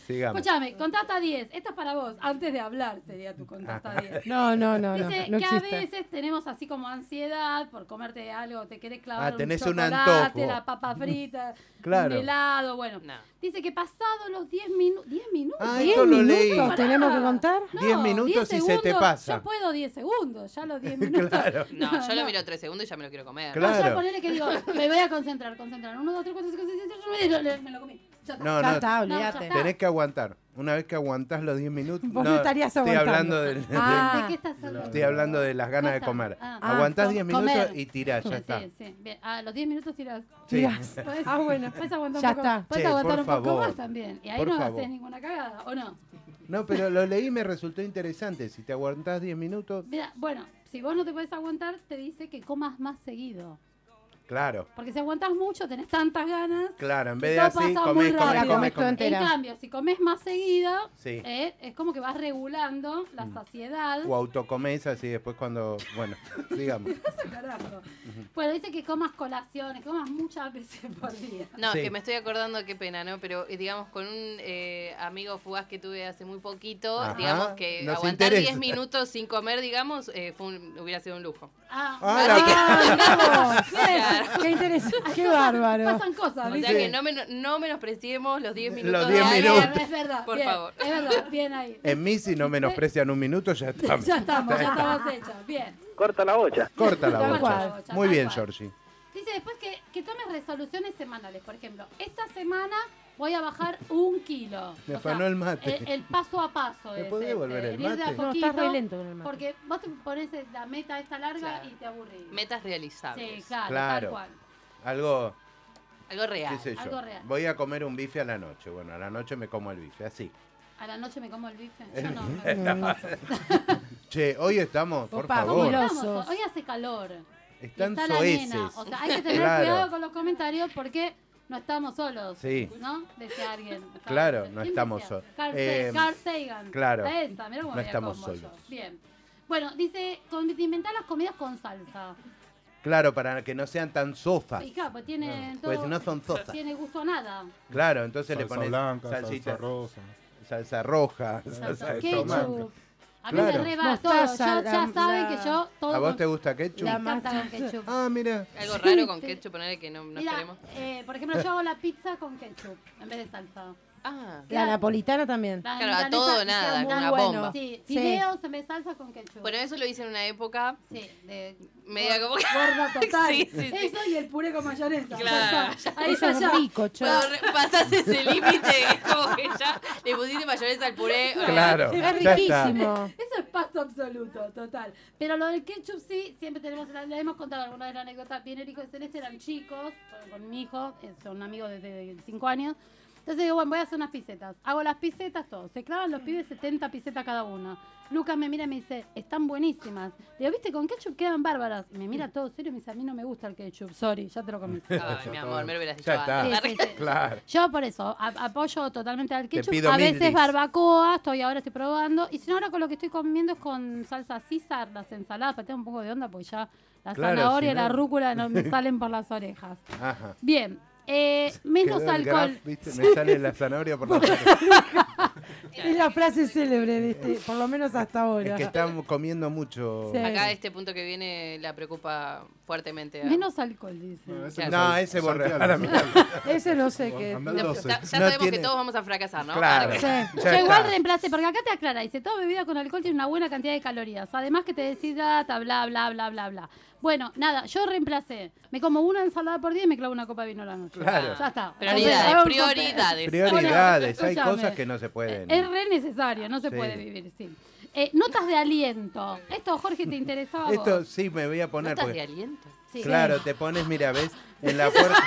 Speaker 1: Sigamos.
Speaker 3: Escúchame, contá hasta 10. Esto es para vos. Antes de hablar sería tu contá
Speaker 1: Ah,
Speaker 3: hasta 10.
Speaker 6: No, no, no, no.
Speaker 3: Dice
Speaker 6: no
Speaker 3: que a
Speaker 6: existe.
Speaker 3: veces tenemos así como ansiedad por comerte algo, te querés clavar
Speaker 1: Ah, tenés
Speaker 3: un
Speaker 1: un
Speaker 3: chocolate,
Speaker 1: antojo.
Speaker 3: la papa frita,
Speaker 1: Claro.
Speaker 3: un helado, bueno.
Speaker 4: No.
Speaker 3: Dice que pasado los 10 minutos, 10 minutos.
Speaker 1: Ah,
Speaker 6: ¿Diez
Speaker 1: esto lo
Speaker 6: minutos
Speaker 1: leí.
Speaker 6: tenemos que contar?
Speaker 1: 10 minutos y se te pasa.
Speaker 3: Yo puedo 10 segundos, ya los 10 minutos.
Speaker 1: Claro.
Speaker 4: No, yo lo miro tres segundos y ya me lo quiero comer.
Speaker 1: Claro.
Speaker 3: No, yo ponele que digo, me voy a concentrar, concentrar. Uno, dos, tres, cuatro, cinco, seis, siete, ocho, nueve, y lo- me lo comí. Ya está.
Speaker 1: No,
Speaker 6: Ya
Speaker 1: no,
Speaker 6: está,
Speaker 3: No, ya
Speaker 6: olvídate.
Speaker 3: está.
Speaker 1: tenés que aguantar. Una vez que aguantás los 10 minutos,
Speaker 6: Vos no
Speaker 1: no,
Speaker 6: estarías
Speaker 1: estoy
Speaker 6: aguantando.
Speaker 1: hablando del-
Speaker 6: Ah.
Speaker 3: ¿De qué estás hablando?
Speaker 1: Estoy hablando de las ganas de
Speaker 3: Basta.
Speaker 1: comer.
Speaker 3: Ah.
Speaker 1: Aguantás
Speaker 3: Ah,
Speaker 1: 10
Speaker 3: comer.
Speaker 1: minutos y tirás, ya
Speaker 3: Sí,
Speaker 1: está.
Speaker 3: Sí, sí. Bien. A los 10 minutos tirás.
Speaker 1: Sí.
Speaker 6: Mirás.
Speaker 3: ¿Puedes?
Speaker 6: Ah, bueno.
Speaker 3: Puedes aguantar
Speaker 6: Ya
Speaker 3: un poco,
Speaker 6: está.
Speaker 3: podés
Speaker 1: Che,
Speaker 3: aguantar
Speaker 1: por
Speaker 3: un poco
Speaker 1: favor.
Speaker 3: más también. Y ahí
Speaker 1: Por
Speaker 3: no
Speaker 1: favor.
Speaker 3: haces ninguna cagada, ¿o no?
Speaker 1: No, pero lo leí y me resultó interesante. Si te aguantás 10 minutos,
Speaker 3: Mira, bueno, si vos no te puedes aguantar, te dice que comas más seguido.
Speaker 1: claro,
Speaker 3: Porque si aguantás mucho, tenés tantas ganas.
Speaker 1: claro. En
Speaker 3: que
Speaker 1: vez de
Speaker 3: todo
Speaker 1: así,
Speaker 3: pasa
Speaker 1: comés,
Speaker 3: muy
Speaker 1: comés,
Speaker 3: rápido.
Speaker 1: comés,
Speaker 6: Todo
Speaker 1: comés.
Speaker 6: entera.
Speaker 3: En cambio, si comes más seguido,
Speaker 1: Sí. Mm.
Speaker 3: eh, es como que vas regulando la saciedad.
Speaker 1: O autocomés así después cuando... Bueno, digamos.
Speaker 3: Carajo. Bueno, dice que comas colaciones, que comas muchas veces por día.
Speaker 4: No,
Speaker 1: Sí.
Speaker 4: que me estoy acordando, qué pena, ¿no? Pero eh, digamos, con un eh, amigo fugaz que tuve hace muy poquito,
Speaker 1: Ajá,
Speaker 4: digamos que
Speaker 1: nos
Speaker 4: aguantar 10
Speaker 1: interesa.
Speaker 4: minutos sin comer, digamos, eh, fue un- hubiera sido un lujo.
Speaker 3: Ah,
Speaker 1: Ah,
Speaker 3: bueno,
Speaker 1: la-
Speaker 6: Ah, mirá vos.
Speaker 4: Claro.
Speaker 6: Qué interesante, qué bárbaro.
Speaker 3: pasan cosas,
Speaker 4: O
Speaker 3: Ah, ¿viste?
Speaker 4: sea que no, men- no menospreciemos los 10 minutos.
Speaker 1: Los
Speaker 4: de
Speaker 1: 10
Speaker 4: alguien.
Speaker 1: minutos.
Speaker 3: Es verdad,
Speaker 4: Por
Speaker 3: bien,
Speaker 4: favor.
Speaker 3: Es verdad, bien ahí.
Speaker 1: En mí, si no menosprecian un minuto, ya está.
Speaker 3: Ya estamos, ya estamos hechos. Bien.
Speaker 13: Corta la bocha.
Speaker 1: Corta
Speaker 3: Tal
Speaker 1: la bocha.
Speaker 3: cual.
Speaker 1: Muy
Speaker 3: Tal
Speaker 1: bien,
Speaker 3: cual.
Speaker 1: Georgie.
Speaker 3: Dice después que, que tomes resoluciones semanales. Por ejemplo, esta semana voy a bajar un kilo.
Speaker 1: Me
Speaker 3: O sea,
Speaker 1: afanó el mate.
Speaker 3: el, el paso a paso.
Speaker 1: ¿Me
Speaker 3: es este,
Speaker 1: podés devolver el
Speaker 3: ir de a
Speaker 1: mate?
Speaker 6: No,
Speaker 3: poquito,
Speaker 6: estás re lento con el mate.
Speaker 3: Porque vos te pones la meta esta larga
Speaker 4: Claro.
Speaker 3: y te aburrís.
Speaker 4: Metas
Speaker 3: Sí,
Speaker 4: realizables.
Speaker 3: claro,
Speaker 1: Claro.
Speaker 3: tal cual.
Speaker 1: Algo,
Speaker 4: Algo
Speaker 1: qué
Speaker 4: real.
Speaker 1: sé
Speaker 3: algo
Speaker 1: yo.
Speaker 3: real.
Speaker 1: Voy a comer un bife a la noche. Bueno, a la noche me como el bife, así.
Speaker 3: A la noche me como el bife. Yo no. no, no.
Speaker 1: Che, hoy estamos, por
Speaker 6: Opa,
Speaker 1: favor.
Speaker 6: Fabuloso.
Speaker 3: Estamos, hoy hace calor. y
Speaker 1: Están
Speaker 3: está la
Speaker 1: soeces.
Speaker 3: nena. O sea, hay que tener
Speaker 1: Claro.
Speaker 3: cuidado con los comentarios porque no estamos solos.
Speaker 1: Sí.
Speaker 3: ¿No? Decía alguien.
Speaker 1: Claro, no
Speaker 3: ¿Quién
Speaker 1: estamos
Speaker 3: decía?
Speaker 1: solos.
Speaker 3: Carl,
Speaker 1: Eh,
Speaker 3: Sa- Carl Sagan.
Speaker 1: claro,
Speaker 3: Está esa, mirá cómo
Speaker 1: no
Speaker 3: me la
Speaker 1: estamos
Speaker 3: como yo.
Speaker 1: solos.
Speaker 3: Bien. Bueno, dice, condimentar las comidas con salsa.
Speaker 1: Claro, para que no sean tan sofas.
Speaker 3: Y claro, pues tiene
Speaker 1: Ah. Pues
Speaker 3: todo-
Speaker 1: no son sofas.
Speaker 3: tiene gusto a nada.
Speaker 1: Claro, entonces le
Speaker 10: Salsa
Speaker 1: pones
Speaker 10: blanca,
Speaker 1: salsita.
Speaker 10: salsa rosa.
Speaker 1: salsa roja, salsa de tomate.
Speaker 3: Ketchup. A mí
Speaker 1: Claro.
Speaker 3: me reba todo. Ya,
Speaker 6: Mostaza,
Speaker 3: ya
Speaker 6: la-
Speaker 3: saben
Speaker 6: la-
Speaker 3: que yo todo.
Speaker 1: ¿A vos
Speaker 3: lo-
Speaker 1: te gusta ketchup?
Speaker 3: Me
Speaker 1: La
Speaker 3: encanta con
Speaker 1: mostaza.
Speaker 3: ketchup.
Speaker 1: Ah, mira.
Speaker 4: Algo raro con ketchup, ponerle que no, no
Speaker 3: Mira,
Speaker 4: queremos.
Speaker 3: eh, por ejemplo, yo hago la pizza con ketchup en vez de salsa.
Speaker 4: Ah,
Speaker 6: La napolitana también.
Speaker 4: Claro, a todo o nada,
Speaker 6: muy
Speaker 4: una
Speaker 6: bueno.
Speaker 4: bomba.
Speaker 3: Sí,
Speaker 6: Sí.
Speaker 3: fideos en vez de salsa con ketchup.
Speaker 4: Bueno, eso lo hice en una época
Speaker 3: Sí, de
Speaker 4: media como que-
Speaker 11: Gorda total.
Speaker 4: Sí, sí, sí.
Speaker 11: Eso y el puré con mayonesa. Ya
Speaker 4: Claro.
Speaker 11: está. Ahí
Speaker 6: Eso
Speaker 11: está
Speaker 6: es
Speaker 11: ya.
Speaker 6: rico, che.
Speaker 4: Cuando re- pasás ese límite, es como que ya le pusiste mayonesa al puré. o-
Speaker 1: Claro,
Speaker 6: Es
Speaker 1: ya está.
Speaker 6: riquísimo.
Speaker 3: Eso es pasto absoluto, total. Pero lo del ketchup sí, siempre tenemos, la, la hemos contado alguna vez la anécdota. Viene el hijo de Celeste, eran chicos, con- con mi hijo, eh, son amigos desde 5 años. Entonces digo, bueno, voy a hacer unas pisetas. Hago las pisetas, todo. Se clavan los pibes 70 pisetas cada una. Lucas me mira y me dice, están buenísimas. Le digo, viste, con ketchup quedan bárbaras. Y me mira todo serio y me dice, a mí no me gusta el ketchup. Sorry, ya te lo comí.
Speaker 4: Ay, mi amor, me lo hubieras dicho
Speaker 1: Ya está.
Speaker 4: antes.
Speaker 3: Sí, sí, sí.
Speaker 1: Claro.
Speaker 3: Yo por eso a- apoyo totalmente al ketchup.
Speaker 1: pido
Speaker 3: A
Speaker 1: mil
Speaker 3: veces
Speaker 1: gris.
Speaker 3: barbacoa, estoy ahora estoy probando. Y si no, ahora con lo que estoy comiendo es con salsa César, las ensaladas, para tener un poco de onda, porque ya la
Speaker 1: Claro,
Speaker 3: zanahoria
Speaker 1: si
Speaker 3: y la
Speaker 1: no.
Speaker 3: rúcula no me salen por las orejas.
Speaker 1: Ajá.
Speaker 3: Bien, eh, menos
Speaker 1: Quedó el
Speaker 3: alcohol.
Speaker 1: graf, ¿viste? Me sale la zanahoria por la cara.
Speaker 6: Es la frase célebre de este, por lo menos hasta ahora.
Speaker 1: Es que estamos comiendo mucho.
Speaker 6: Sí.
Speaker 4: Acá este punto que viene la preocupa fuertemente. ¿ah? a-
Speaker 3: Menos alcohol, dice.
Speaker 1: No,
Speaker 10: Santiago.
Speaker 1: ese borré.
Speaker 10: Santiago.
Speaker 1: Ahora mirá.
Speaker 6: Ese no sé qué.
Speaker 10: Andá al
Speaker 4: Ya-
Speaker 10: 12.
Speaker 4: ya
Speaker 1: No
Speaker 4: sabemos
Speaker 1: tiene-
Speaker 4: que todos vamos a fracasar, ¿no?
Speaker 1: Claro.
Speaker 4: Ahora que-
Speaker 6: Sí.
Speaker 1: Ya
Speaker 3: Yo igual
Speaker 1: está.
Speaker 3: reemplacé, porque acá te aclara, dice, toda bebida con alcohol tiene una buena cantidad de calorías, además que te deshidrata, bla, bla, bla, bla, bla. Bueno, nada, yo reemplacé. Me como una ensalada por día y me clavo una copa de vino a la noche.
Speaker 1: Claro.
Speaker 3: Ya está.
Speaker 4: Prioridades,
Speaker 3: Hago un cóctel.
Speaker 4: prioridades.
Speaker 1: Prioridades,
Speaker 3: Bueno,
Speaker 1: hay
Speaker 3: escúchame.
Speaker 1: cosas que no se pueden.
Speaker 3: Eh, Es re necesario, no se
Speaker 1: Sí.
Speaker 3: puede vivir sin. Eh, notas de aliento. Esto, Jorge, te interesaba a vos.
Speaker 1: Esto sí me voy a poner.
Speaker 4: Notas
Speaker 1: porque-
Speaker 4: de aliento.
Speaker 3: Sí.
Speaker 1: Claro, te pones, mira, ves, en la puerta.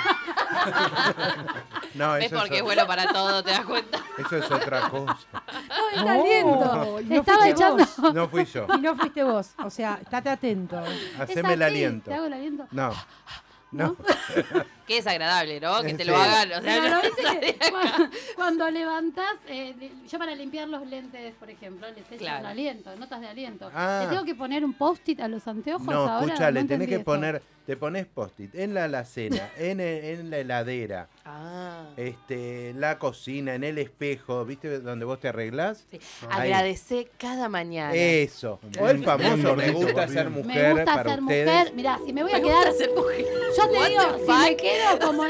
Speaker 1: No,
Speaker 4: ¿Ves
Speaker 1: eso
Speaker 4: por qué
Speaker 1: es,
Speaker 4: es
Speaker 1: o-
Speaker 4: bueno para todo? ¿Te das cuenta?
Speaker 1: eso es otra cosa.
Speaker 3: No, es
Speaker 6: No,
Speaker 3: aliento.
Speaker 6: y
Speaker 3: Te
Speaker 6: no
Speaker 3: estaba
Speaker 6: fuiste
Speaker 3: echando.
Speaker 1: No fui yo.
Speaker 6: Y no fuiste vos. O sea, estate atento.
Speaker 3: Es
Speaker 1: Haceme el
Speaker 3: así,
Speaker 1: aliento.
Speaker 3: Te hago el aliento.
Speaker 1: No. No.
Speaker 4: Qué desagradable, ¿no? Que te lo
Speaker 1: Sí.
Speaker 4: hagan. O sea,
Speaker 3: Pero
Speaker 4: yo
Speaker 3: lo
Speaker 4: no
Speaker 3: viste que
Speaker 4: sabía.
Speaker 3: cuando, cuando levantás, eh, le- yo para limpiar los lentes, por ejemplo, les echo
Speaker 4: Claro.
Speaker 3: un aliento, notas de aliento.
Speaker 1: Ah.
Speaker 3: ¿Le tengo que poner un post-it a los anteojos
Speaker 1: No,
Speaker 3: ahora?
Speaker 1: escuchale,
Speaker 3: No
Speaker 1: tenés
Speaker 3: entendí
Speaker 1: que
Speaker 3: esto.
Speaker 1: poner, te pones post-it en la alacena, en, el- en la heladera,
Speaker 4: Ah.
Speaker 1: este, en la cocina, en el espejo, ¿viste? Donde vos te arreglás.
Speaker 4: Sí.
Speaker 1: Ahí.
Speaker 4: Agradecé cada mañana.
Speaker 1: Eso. O el famoso me gusta ser
Speaker 3: Me
Speaker 1: mujer
Speaker 3: gusta
Speaker 1: para
Speaker 3: ser
Speaker 1: ustedes.
Speaker 3: mujer. Mirá, si me voy a
Speaker 4: Me
Speaker 3: quedar.
Speaker 4: gusta ser mujer.
Speaker 3: Yo te
Speaker 4: What
Speaker 3: digo,
Speaker 4: the
Speaker 3: si me
Speaker 4: fuck?
Speaker 3: quedo como.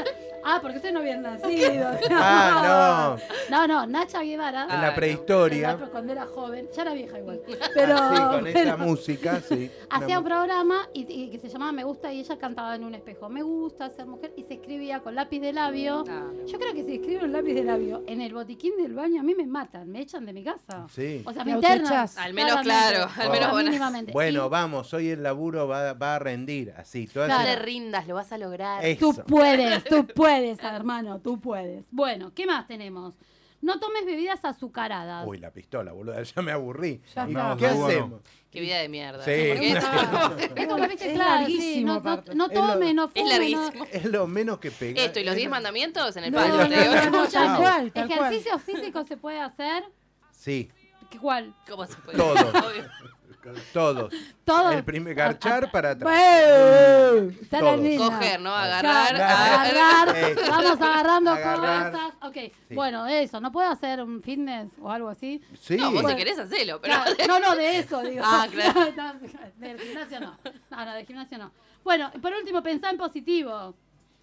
Speaker 3: Ah, porque ustedes no habían nacido.
Speaker 1: Ah, no.
Speaker 3: No, no, Nacha Guevara.
Speaker 1: En
Speaker 4: Ay,
Speaker 1: la
Speaker 4: no.
Speaker 1: prehistoria.
Speaker 3: Pero Cuando era joven, ya era vieja igual. Pero.
Speaker 1: sí, con esa
Speaker 3: pero-
Speaker 1: música, sí.
Speaker 3: Hacía un
Speaker 1: Una-
Speaker 3: programa y, y que se llamaba Me Gusta y ella cantaba en un espejo. Me gusta ser mujer y se escribía con lápiz de labio.
Speaker 4: Ah, me
Speaker 3: Yo creo que si escribo en lápiz de labio en el botiquín del baño a mí me matan, me echan de mi casa.
Speaker 1: Sí.
Speaker 3: O sea,
Speaker 6: Te
Speaker 3: me internan.
Speaker 6: autoechás.
Speaker 4: Al menos, claro, al
Speaker 3: O
Speaker 1: menos
Speaker 3: sea,
Speaker 4: bueno.
Speaker 3: mínimamente.
Speaker 1: Bueno,
Speaker 3: Y
Speaker 1: vamos, hoy el laburo va, va a rendir, así. Todas
Speaker 4: No
Speaker 3: Claro.
Speaker 4: le rindas, lo vas a lograr.
Speaker 1: esas-
Speaker 3: Tú
Speaker 1: eso.
Speaker 3: puedes, tú puedes, hermano, tú puedes. Bueno, ¿qué más tenemos? No tomes bebidas azucaradas.
Speaker 1: Uy, la pistola, boludo, ya me aburrí.
Speaker 6: Ya
Speaker 1: ¿Y
Speaker 6: está.
Speaker 1: ¿Qué
Speaker 10: No, no,
Speaker 1: hacemos?
Speaker 4: Qué vida de mierda.
Speaker 1: Sí.
Speaker 4: ¿Por qué?
Speaker 1: Claro.
Speaker 3: Es como, viste,
Speaker 6: Es
Speaker 3: claro, sí,
Speaker 6: larguísimo,
Speaker 3: no, no,
Speaker 6: aparte.
Speaker 3: no
Speaker 1: Es lo-
Speaker 3: tomes, no
Speaker 4: Es
Speaker 3: fumes. no-
Speaker 4: larguísimo.
Speaker 1: Es lo menos que pega.
Speaker 4: Esto y los
Speaker 1: Es
Speaker 4: 10
Speaker 1: lo-
Speaker 4: mandamientos en el
Speaker 6: No,
Speaker 4: palo.
Speaker 6: no,
Speaker 4: te digo.
Speaker 6: no, no, tal
Speaker 1: Chao.
Speaker 6: cual, tal cual.
Speaker 3: Ejercicio físico se puede hacer.
Speaker 1: Sí,
Speaker 3: ¿Cuál?
Speaker 4: ¿Cómo se puede?
Speaker 1: Todo.
Speaker 4: Obvio.
Speaker 1: todos.
Speaker 3: Todo.
Speaker 1: El primer garchar para atrás.
Speaker 3: ¡Eh! Está la
Speaker 1: Todos.
Speaker 3: nena.
Speaker 4: Coger, ¿no? Agarrar.
Speaker 3: Claro, agarrar.
Speaker 1: Eh.
Speaker 3: Vamos agarrando
Speaker 1: Agarrar.
Speaker 3: cosas. Ok, bueno, eso. ¿No puedo hacer un fitness o algo así?
Speaker 1: Sí.
Speaker 4: No, vos si
Speaker 3: Bueno.
Speaker 4: querés hacelo, pero.
Speaker 3: Claro, No, no, de eso, digo.
Speaker 4: Ah, claro.
Speaker 3: No, no, del gimnasio no. No, no, del gimnasio no. Bueno, por último, pensá en positivo.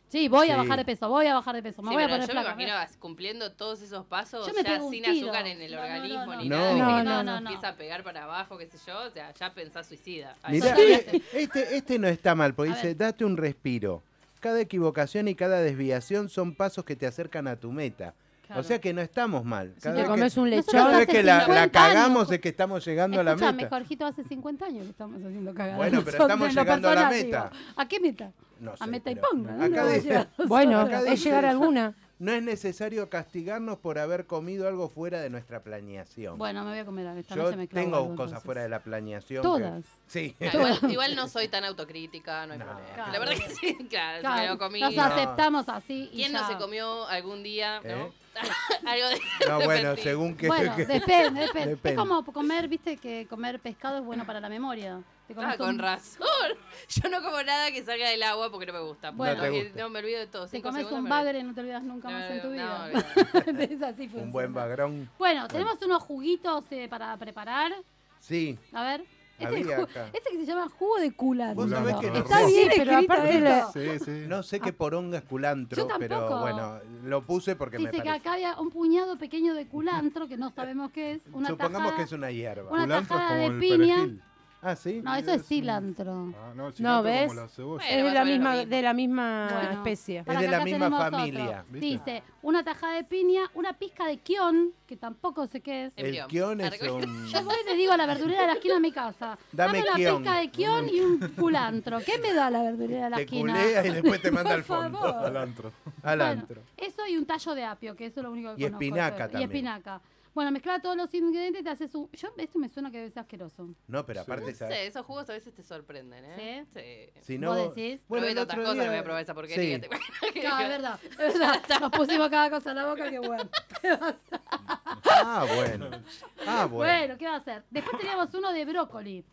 Speaker 3: Sí, voy a
Speaker 1: Sí.
Speaker 3: bajar de peso, voy a bajar de peso, me
Speaker 4: Sí,
Speaker 3: voy a
Speaker 4: pero
Speaker 3: poner
Speaker 4: yo
Speaker 3: flaca.
Speaker 4: me imagino as- cumpliendo todos esos pasos
Speaker 3: Yo me
Speaker 4: ya
Speaker 3: pego un
Speaker 4: sin
Speaker 3: tiro.
Speaker 4: azúcar en el
Speaker 3: No, no,
Speaker 4: organismo
Speaker 3: no,
Speaker 4: ni
Speaker 1: no.
Speaker 4: nada,
Speaker 1: No,
Speaker 4: que
Speaker 3: no,
Speaker 4: te
Speaker 3: no, no.
Speaker 4: empieza a pegar para abajo, qué sé yo, o sea, ya pensás suicida. Ay,
Speaker 1: Mirá,
Speaker 3: Totalmente.
Speaker 1: eh, este, este no está mal, porque
Speaker 3: A
Speaker 1: dice,
Speaker 3: ver.
Speaker 1: date un respiro. Cada equivocación y cada desviación son pasos que te acercan a tu meta.
Speaker 3: Claro.
Speaker 1: O sea que no estamos mal. Cada
Speaker 6: Te
Speaker 1: vez
Speaker 6: comes
Speaker 1: que,
Speaker 6: un
Speaker 3: Nosotros
Speaker 6: lechón.
Speaker 1: cada vez
Speaker 3: hace
Speaker 1: que la,
Speaker 3: 50
Speaker 1: la
Speaker 3: años,
Speaker 1: cagamos
Speaker 3: Jorge.
Speaker 1: es que estamos llegando a la
Speaker 3: Escuchame,
Speaker 1: meta.
Speaker 3: Jorgito, hace 50 años que estamos haciendo cagadas.
Speaker 1: Bueno, pero
Speaker 3: Nosotros,
Speaker 1: estamos
Speaker 3: lo
Speaker 1: llegando a la
Speaker 3: personal,
Speaker 1: meta.
Speaker 3: digo. ¿A qué meta?
Speaker 1: No
Speaker 3: a
Speaker 1: sé,
Speaker 3: meta y
Speaker 1: pero
Speaker 3: ponga. ¿no?
Speaker 1: acá
Speaker 3: Lo
Speaker 1: dice-
Speaker 3: vamos a llegar
Speaker 6: Bueno,
Speaker 3: nosotros.
Speaker 6: es
Speaker 1: Acá dice
Speaker 6: llegar a
Speaker 1: eso.
Speaker 6: alguna.
Speaker 1: No es necesario castigarnos por haber comido algo fuera de nuestra planeación.
Speaker 3: Bueno, me voy a comer algo. Esta
Speaker 1: Yo
Speaker 3: noche me clavo
Speaker 1: tengo
Speaker 3: algo,
Speaker 1: cosas
Speaker 3: entonces.
Speaker 1: fuera de la planeación. que-
Speaker 3: Todas.
Speaker 1: Sí.
Speaker 4: Ah, igual, igual no soy tan autocrítica, no hay
Speaker 1: No.
Speaker 4: problema. La
Speaker 3: Claro.
Speaker 4: verdad que sí, claro, si me
Speaker 3: Claro,
Speaker 4: lo comí.
Speaker 3: Nos
Speaker 1: hace-
Speaker 3: aceptamos así. y
Speaker 4: ¿Quién no
Speaker 3: ya.
Speaker 4: se comió algún día,
Speaker 1: ¿Eh?
Speaker 4: no? Algo de
Speaker 1: No, bueno, según que.
Speaker 3: Bueno,
Speaker 1: que-
Speaker 3: depende, depende.
Speaker 1: depende.
Speaker 3: Es como comer, viste, que comer pescado es bueno para la memoria. Te comes
Speaker 4: Ah, con
Speaker 3: un-
Speaker 4: razón. Yo no como nada que salga del agua porque no me gusta.
Speaker 1: Bueno. No te
Speaker 4: Porque
Speaker 1: gusta.
Speaker 4: no me olvido de todo.
Speaker 3: Te
Speaker 4: Cinco
Speaker 3: comes
Speaker 4: segundos,
Speaker 3: un
Speaker 4: pero-
Speaker 3: bagre, no te olvidas nunca
Speaker 4: No,
Speaker 3: más en tu
Speaker 4: no,
Speaker 3: vida. Es así
Speaker 1: Un
Speaker 3: funciona.
Speaker 1: buen bagrón.
Speaker 3: Bueno, tenemos unos juguitos eh, para preparar.
Speaker 1: Sí.
Speaker 3: A ver. Este,
Speaker 1: Había
Speaker 3: ju-
Speaker 1: acá.
Speaker 3: este que se llama jugo de culantro.
Speaker 1: Vos sabés que
Speaker 3: Está
Speaker 1: no-
Speaker 3: bien, pero aparte lo-
Speaker 1: Sí, sí. No sé qué poronga es culantro,
Speaker 3: Ah. Yo tampoco.
Speaker 1: pero bueno, lo puse porque me
Speaker 3: Dice que
Speaker 1: parece.
Speaker 3: acá había un puñado pequeño de culantro que no sabemos qué es. Una
Speaker 1: Supongamos
Speaker 3: tajada-
Speaker 1: que es una hierba.
Speaker 3: una Culantro es tajada como de el piña. perejil.
Speaker 1: Ah, sí.
Speaker 3: No, eso es cilantro.
Speaker 10: no,
Speaker 6: No, ¿ves? es de la, misma, de la misma
Speaker 3: Bueno,
Speaker 6: especie.
Speaker 3: Pará, que acá tenemos otro. Dice, una tajada de piña, una pizca de quión, que tampoco sé qué es.
Speaker 1: El guión es un.
Speaker 3: Yo voy y le digo a la verdurera de la esquina de mi casa.
Speaker 1: Dame
Speaker 3: Dame, una
Speaker 1: quión.
Speaker 3: pizca de quión y un culantro. ¿Qué me da la verdurera de la
Speaker 1: Te
Speaker 3: esquina?
Speaker 1: culea y después te manda
Speaker 3: Por
Speaker 1: al fondo.
Speaker 3: favor.
Speaker 1: antro. Al antro.
Speaker 3: Eso y un tallo de apio, que eso es lo único que
Speaker 1: Y
Speaker 3: conozco.
Speaker 1: espinaca
Speaker 3: Eso es.
Speaker 1: también.
Speaker 3: Y espinaca. Bueno, mezcla todos los ingredientes, te haces un... Yo, esto me suena que debe ser asqueroso.
Speaker 1: No, pero aparte
Speaker 4: No
Speaker 1: esa-
Speaker 4: sé, esos jugos a veces te sorprenden, ¿eh? Sí.
Speaker 1: Si no- ¿Vos
Speaker 3: decís?
Speaker 4: Bueno,
Speaker 1: Bueno,
Speaker 4: Probé
Speaker 1: el
Speaker 4: tantas
Speaker 1: otro
Speaker 4: cosas,
Speaker 1: día-
Speaker 4: no voy a probar esa porquería.
Speaker 1: Sí.
Speaker 4: te-
Speaker 3: Claro, es verdad, es verdad. Nos pusimos cada cosa en la boca, qué bueno.
Speaker 1: Ah, bueno. Ah, bueno.
Speaker 3: Bueno, ¿qué va a hacer? Después teníamos uno de brócoli.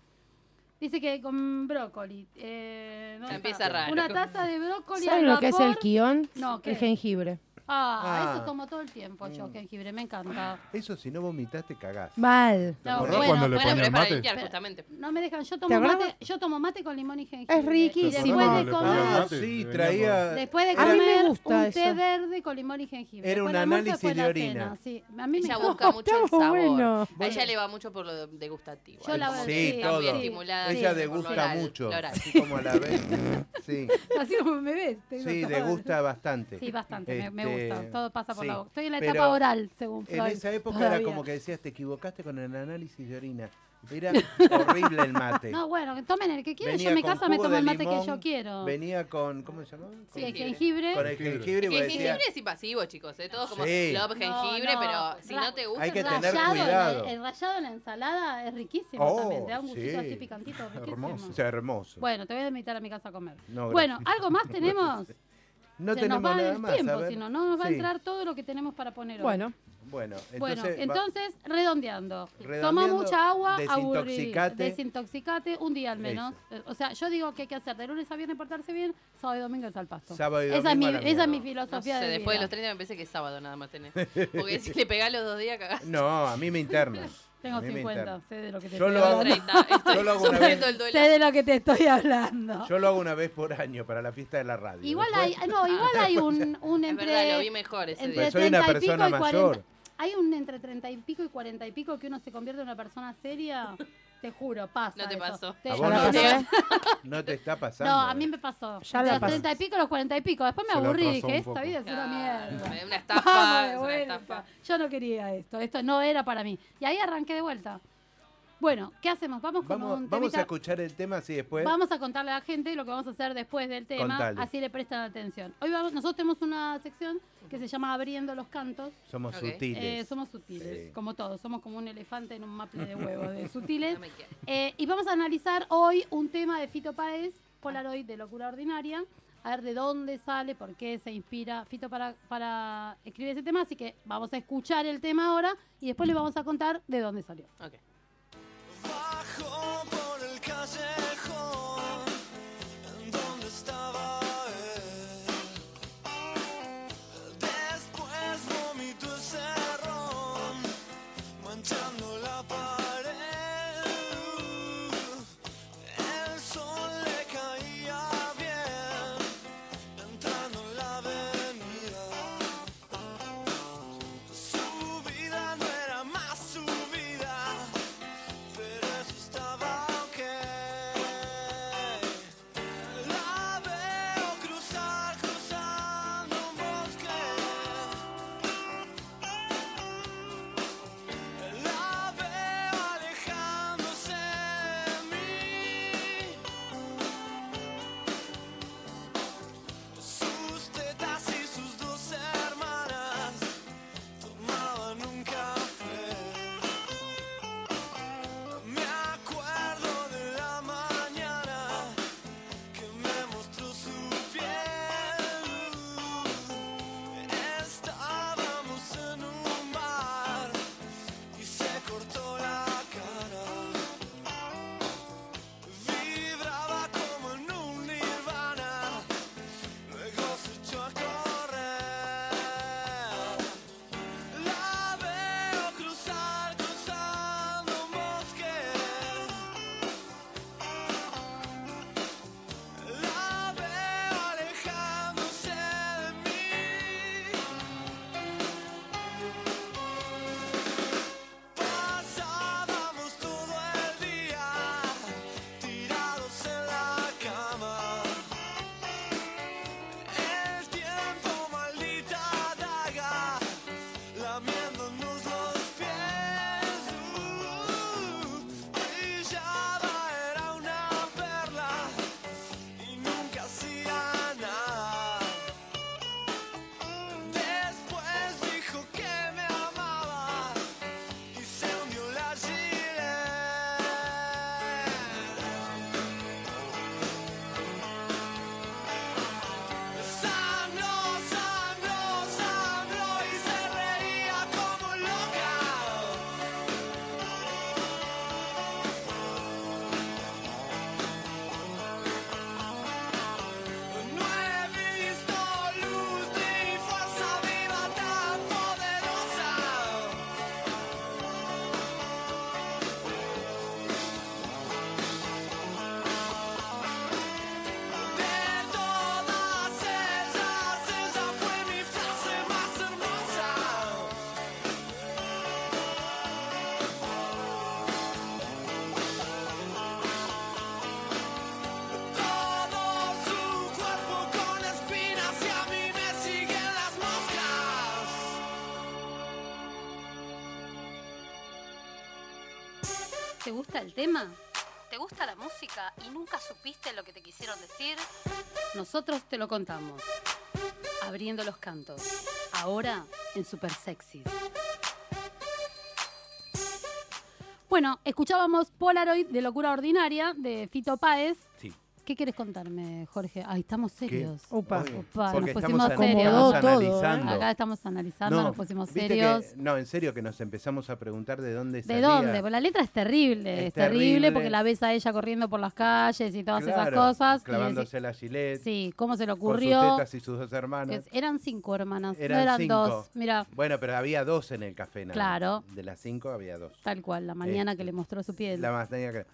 Speaker 3: Dice que con brócoli. eh, ¿dónde
Speaker 4: Ya
Speaker 3: está?
Speaker 4: empieza raro.
Speaker 3: Una taza de brócoli.
Speaker 6: ¿Saben
Speaker 3: al
Speaker 6: lo que es el
Speaker 3: vapor.
Speaker 6: guión?
Speaker 3: No, ¿qué?
Speaker 6: El jengibre.
Speaker 3: Ah,
Speaker 1: Ah. Mm.
Speaker 3: eso tomo todo el tiempo yo, jengibre, me encanta.
Speaker 1: Eso si no vomitaste, cagás.
Speaker 6: Mal.
Speaker 1: ¿Te
Speaker 3: No,
Speaker 1: acordás
Speaker 3: bueno,
Speaker 1: cuando le
Speaker 3: bueno,
Speaker 1: ponían
Speaker 3: pero para
Speaker 1: mate?
Speaker 3: limpiar,
Speaker 4: justamente.
Speaker 3: No me dejan, yo
Speaker 6: ¿Te
Speaker 3: tomo
Speaker 6: acordás?
Speaker 3: mate, yo tomo mate con limón y jengibre.
Speaker 6: Es riquísimo.
Speaker 3: Y después de comer,
Speaker 1: Sí, traía.
Speaker 3: después de
Speaker 6: A mí me
Speaker 3: comer
Speaker 6: gusta
Speaker 3: un
Speaker 6: eso.
Speaker 3: té verde con limón y jengibre.
Speaker 1: Era
Speaker 3: Después
Speaker 1: un
Speaker 3: del almuerzo,
Speaker 1: análisis
Speaker 3: después
Speaker 1: de
Speaker 3: la
Speaker 1: orina.
Speaker 3: cena, sí. A mí me
Speaker 4: Ella
Speaker 3: encanta.
Speaker 4: busca mucho el
Speaker 6: Está
Speaker 4: sabor.
Speaker 6: bueno.
Speaker 4: A ella le va mucho por lo de- degustativo.
Speaker 3: Yo la verdad,
Speaker 1: Sí,
Speaker 3: sí,
Speaker 1: todo.
Speaker 3: también,
Speaker 4: estimulada,
Speaker 1: Ella
Speaker 4: sí,
Speaker 1: degusta
Speaker 4: por lo oral,
Speaker 1: mucho.
Speaker 4: lo oral.
Speaker 1: Así como a la vez. Sí,
Speaker 3: Así como me ves. tengo
Speaker 1: sí,
Speaker 3: todo.
Speaker 1: degusta bastante.
Speaker 3: Sí, bastante, me- me
Speaker 1: Este,
Speaker 3: gusta. Todo pasa por
Speaker 1: sí,
Speaker 3: la boca. Estoy en la
Speaker 1: pero
Speaker 3: etapa oral, según Freud.
Speaker 1: En esa época era
Speaker 3: todavía.
Speaker 1: como que decías, te equivocaste con el análisis de orina. Era horrible el mate.
Speaker 3: No, bueno, que tomen el que quieran.
Speaker 1: Venía
Speaker 3: Yo en mi
Speaker 1: con
Speaker 3: casa me
Speaker 1: jugo
Speaker 3: tomo
Speaker 1: de
Speaker 3: el mate que
Speaker 1: limón,
Speaker 3: yo quiero.
Speaker 1: Venía con, ¿cómo se llamaba?
Speaker 3: Sí, el jengibre.
Speaker 1: Con el jengibre. pues, y vos
Speaker 4: Que el
Speaker 1: decías,
Speaker 4: jengibre es invasivo, chicos. ¿eh? Todo como
Speaker 1: Sí.
Speaker 4: love jengibre,
Speaker 3: No, no,
Speaker 4: pero si
Speaker 3: ra-
Speaker 4: no te gusta.
Speaker 1: Hay que
Speaker 4: no-
Speaker 1: tener
Speaker 3: Rallado en el-
Speaker 1: cuidado.
Speaker 3: El, rallado en la ensalada es riquísimo
Speaker 1: Oh,
Speaker 3: también. Te da un gustito
Speaker 1: sí.
Speaker 3: así picantito, riquísimo.
Speaker 1: Hermoso. O sea, hermoso.
Speaker 3: Bueno, te voy a invitar a mi casa a comer.
Speaker 1: No,
Speaker 3: bueno,
Speaker 1: gracias.
Speaker 3: ¿algo más tenemos?
Speaker 1: no
Speaker 3: Se
Speaker 1: tenemos
Speaker 3: nos va
Speaker 1: nada
Speaker 3: el
Speaker 1: más. a
Speaker 3: tiempo,
Speaker 1: ver.
Speaker 3: si no, no nos va a
Speaker 1: Sí.
Speaker 3: entrar todo lo que tenemos para poner hoy.
Speaker 6: Bueno.
Speaker 1: Bueno, entonces,
Speaker 3: Bueno,
Speaker 1: va-
Speaker 3: entonces, redondeando. Toma
Speaker 1: Redondeando,
Speaker 3: mucha agua, aburrí.
Speaker 1: desintoxicate.
Speaker 3: Desintoxicate un día al menos. Eh, O sea, yo digo que hay que hacer de lunes a viernes portarse bien, sábado y domingo es al pasto.
Speaker 1: Sábado y
Speaker 3: esa, es mi,
Speaker 1: domingo a la
Speaker 3: esa es mi
Speaker 1: mierda.
Speaker 4: No sé,
Speaker 3: filosofía de
Speaker 4: después de
Speaker 3: vida.
Speaker 4: los 30 me parece que es sábado nada más tenés. Porque si le pegás los dos días, cagás.
Speaker 1: No, a mí me internan.
Speaker 3: Tengo
Speaker 1: A mí me
Speaker 3: 50,
Speaker 1: internan.
Speaker 3: sé de lo que te
Speaker 1: Yo
Speaker 3: estoy
Speaker 1: lo hago-
Speaker 3: hablando.
Speaker 1: yo lo hago una vez.
Speaker 4: sufriendo el duelo.
Speaker 3: Sé de lo que te estoy hablando.
Speaker 1: Yo lo hago una vez por año para la fiesta de la radio.
Speaker 3: Ah. Igual
Speaker 1: Después-
Speaker 3: hay, no, igual hay un, un
Speaker 4: Es
Speaker 3: entre...
Speaker 4: verdad, lo vi mejor ese
Speaker 3: entre
Speaker 4: día.
Speaker 1: Pero soy una
Speaker 3: 30 y
Speaker 1: persona
Speaker 3: pico y
Speaker 1: mayor.
Speaker 3: 40. Hay un entre 30 y pico y 40 y pico que uno se convierte en una persona seria. Te juro, pasa.
Speaker 4: No te
Speaker 3: eso.
Speaker 4: pasó.
Speaker 3: Te-
Speaker 1: ¿A vos no, te, no te está pasando? eh?
Speaker 3: No, a mí me pasó.
Speaker 6: Ya
Speaker 3: de
Speaker 6: la
Speaker 3: los
Speaker 6: pasó.
Speaker 3: 30 y pico a los 40 y pico. Después me
Speaker 6: Se la
Speaker 3: aburrí y
Speaker 6: atrasó un
Speaker 3: dije, esta
Speaker 6: poco.
Speaker 3: vida es una mierda.
Speaker 4: Una estafa,
Speaker 3: Vamos de
Speaker 4: es una
Speaker 3: vuelta.
Speaker 4: estafa.
Speaker 3: Yo no quería esto. Esto no era para mí. Y ahí arranqué de vuelta. Bueno, ¿qué hacemos? Vamos con
Speaker 1: Vamos,
Speaker 3: un
Speaker 1: vamos a
Speaker 3: temita.
Speaker 1: escuchar el tema así después.
Speaker 3: Vamos a contarle a la gente lo que vamos a hacer después del tema,
Speaker 1: Contale.
Speaker 3: así le prestan atención. Hoy vamos, nosotros tenemos una sección que se llama Abriendo los cantos.
Speaker 1: Somos
Speaker 3: Ok.
Speaker 1: sutiles.
Speaker 3: Eh, somos sutiles,
Speaker 1: Sí.
Speaker 3: como todos, somos como un elefante en un maple de huevos de sutiles.
Speaker 4: No me quiero.
Speaker 3: Eh, y vamos a analizar hoy un tema de Fito Páez, Polaroid de locura ordinaria. A ver de dónde sale, por qué se inspira Fito para, para escribir ese tema. Así que vamos a escuchar el tema ahora y después les vamos a contar de dónde salió.
Speaker 4: Ok.
Speaker 13: Bajo por el callejón en donde estaba él. Después vomitó ese ron, manchando la pared. El sol le caía bien, entrando en la avenida. Su vida no era más su vida. uh,
Speaker 14: gusta el tema? ¿Te gusta la música y nunca supiste lo que te quisieron decir? Nosotros te lo contamos. Abriendo los cantos. Ahora en Super Sexy.
Speaker 3: Bueno, escuchábamos Polaroid de Locura Ordinaria de Fito Páez.
Speaker 1: Sí.
Speaker 3: ¿Qué quieres contarme, Jorge? Ahí estamos serios.
Speaker 1: Opa. Oye,
Speaker 3: nos
Speaker 1: porque
Speaker 3: pusimos
Speaker 1: estamos
Speaker 3: serios.
Speaker 1: acomodado Estamos todo, ¿eh? analizando.
Speaker 3: Acá estamos analizando, nos pusimos
Speaker 1: ¿viste que-
Speaker 3: serios.
Speaker 1: no, en serio que nos empezamos a preguntar de dónde
Speaker 3: ¿De
Speaker 1: salía.
Speaker 3: dónde? Pues la letra es terrible, es,
Speaker 1: Es
Speaker 3: terrible,
Speaker 1: terrible.
Speaker 3: porque la ves a ella corriendo por las calles y todas esas
Speaker 1: Claro,
Speaker 3: cosas. y
Speaker 1: Clavándose la gilet.
Speaker 3: decís, sí, ¿cómo se le
Speaker 1: Con sus
Speaker 3: ocurrió?
Speaker 1: tetas y sus dos hermanas.
Speaker 3: Es- eran cinco hermanas,
Speaker 1: Eran
Speaker 3: no eran
Speaker 1: cinco.
Speaker 3: dos. Mira,
Speaker 1: Bueno, pero había dos en el café. nada
Speaker 3: Claro.
Speaker 1: más. De las cinco había dos.
Speaker 3: tal cual, la mañana
Speaker 1: Eh,
Speaker 3: que le mostró su piel.
Speaker 1: La más tenía que...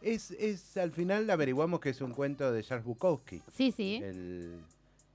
Speaker 1: Es, es, al final averiguamos que es un cuento de Charles Bukowski.
Speaker 3: Sí, sí.
Speaker 1: El-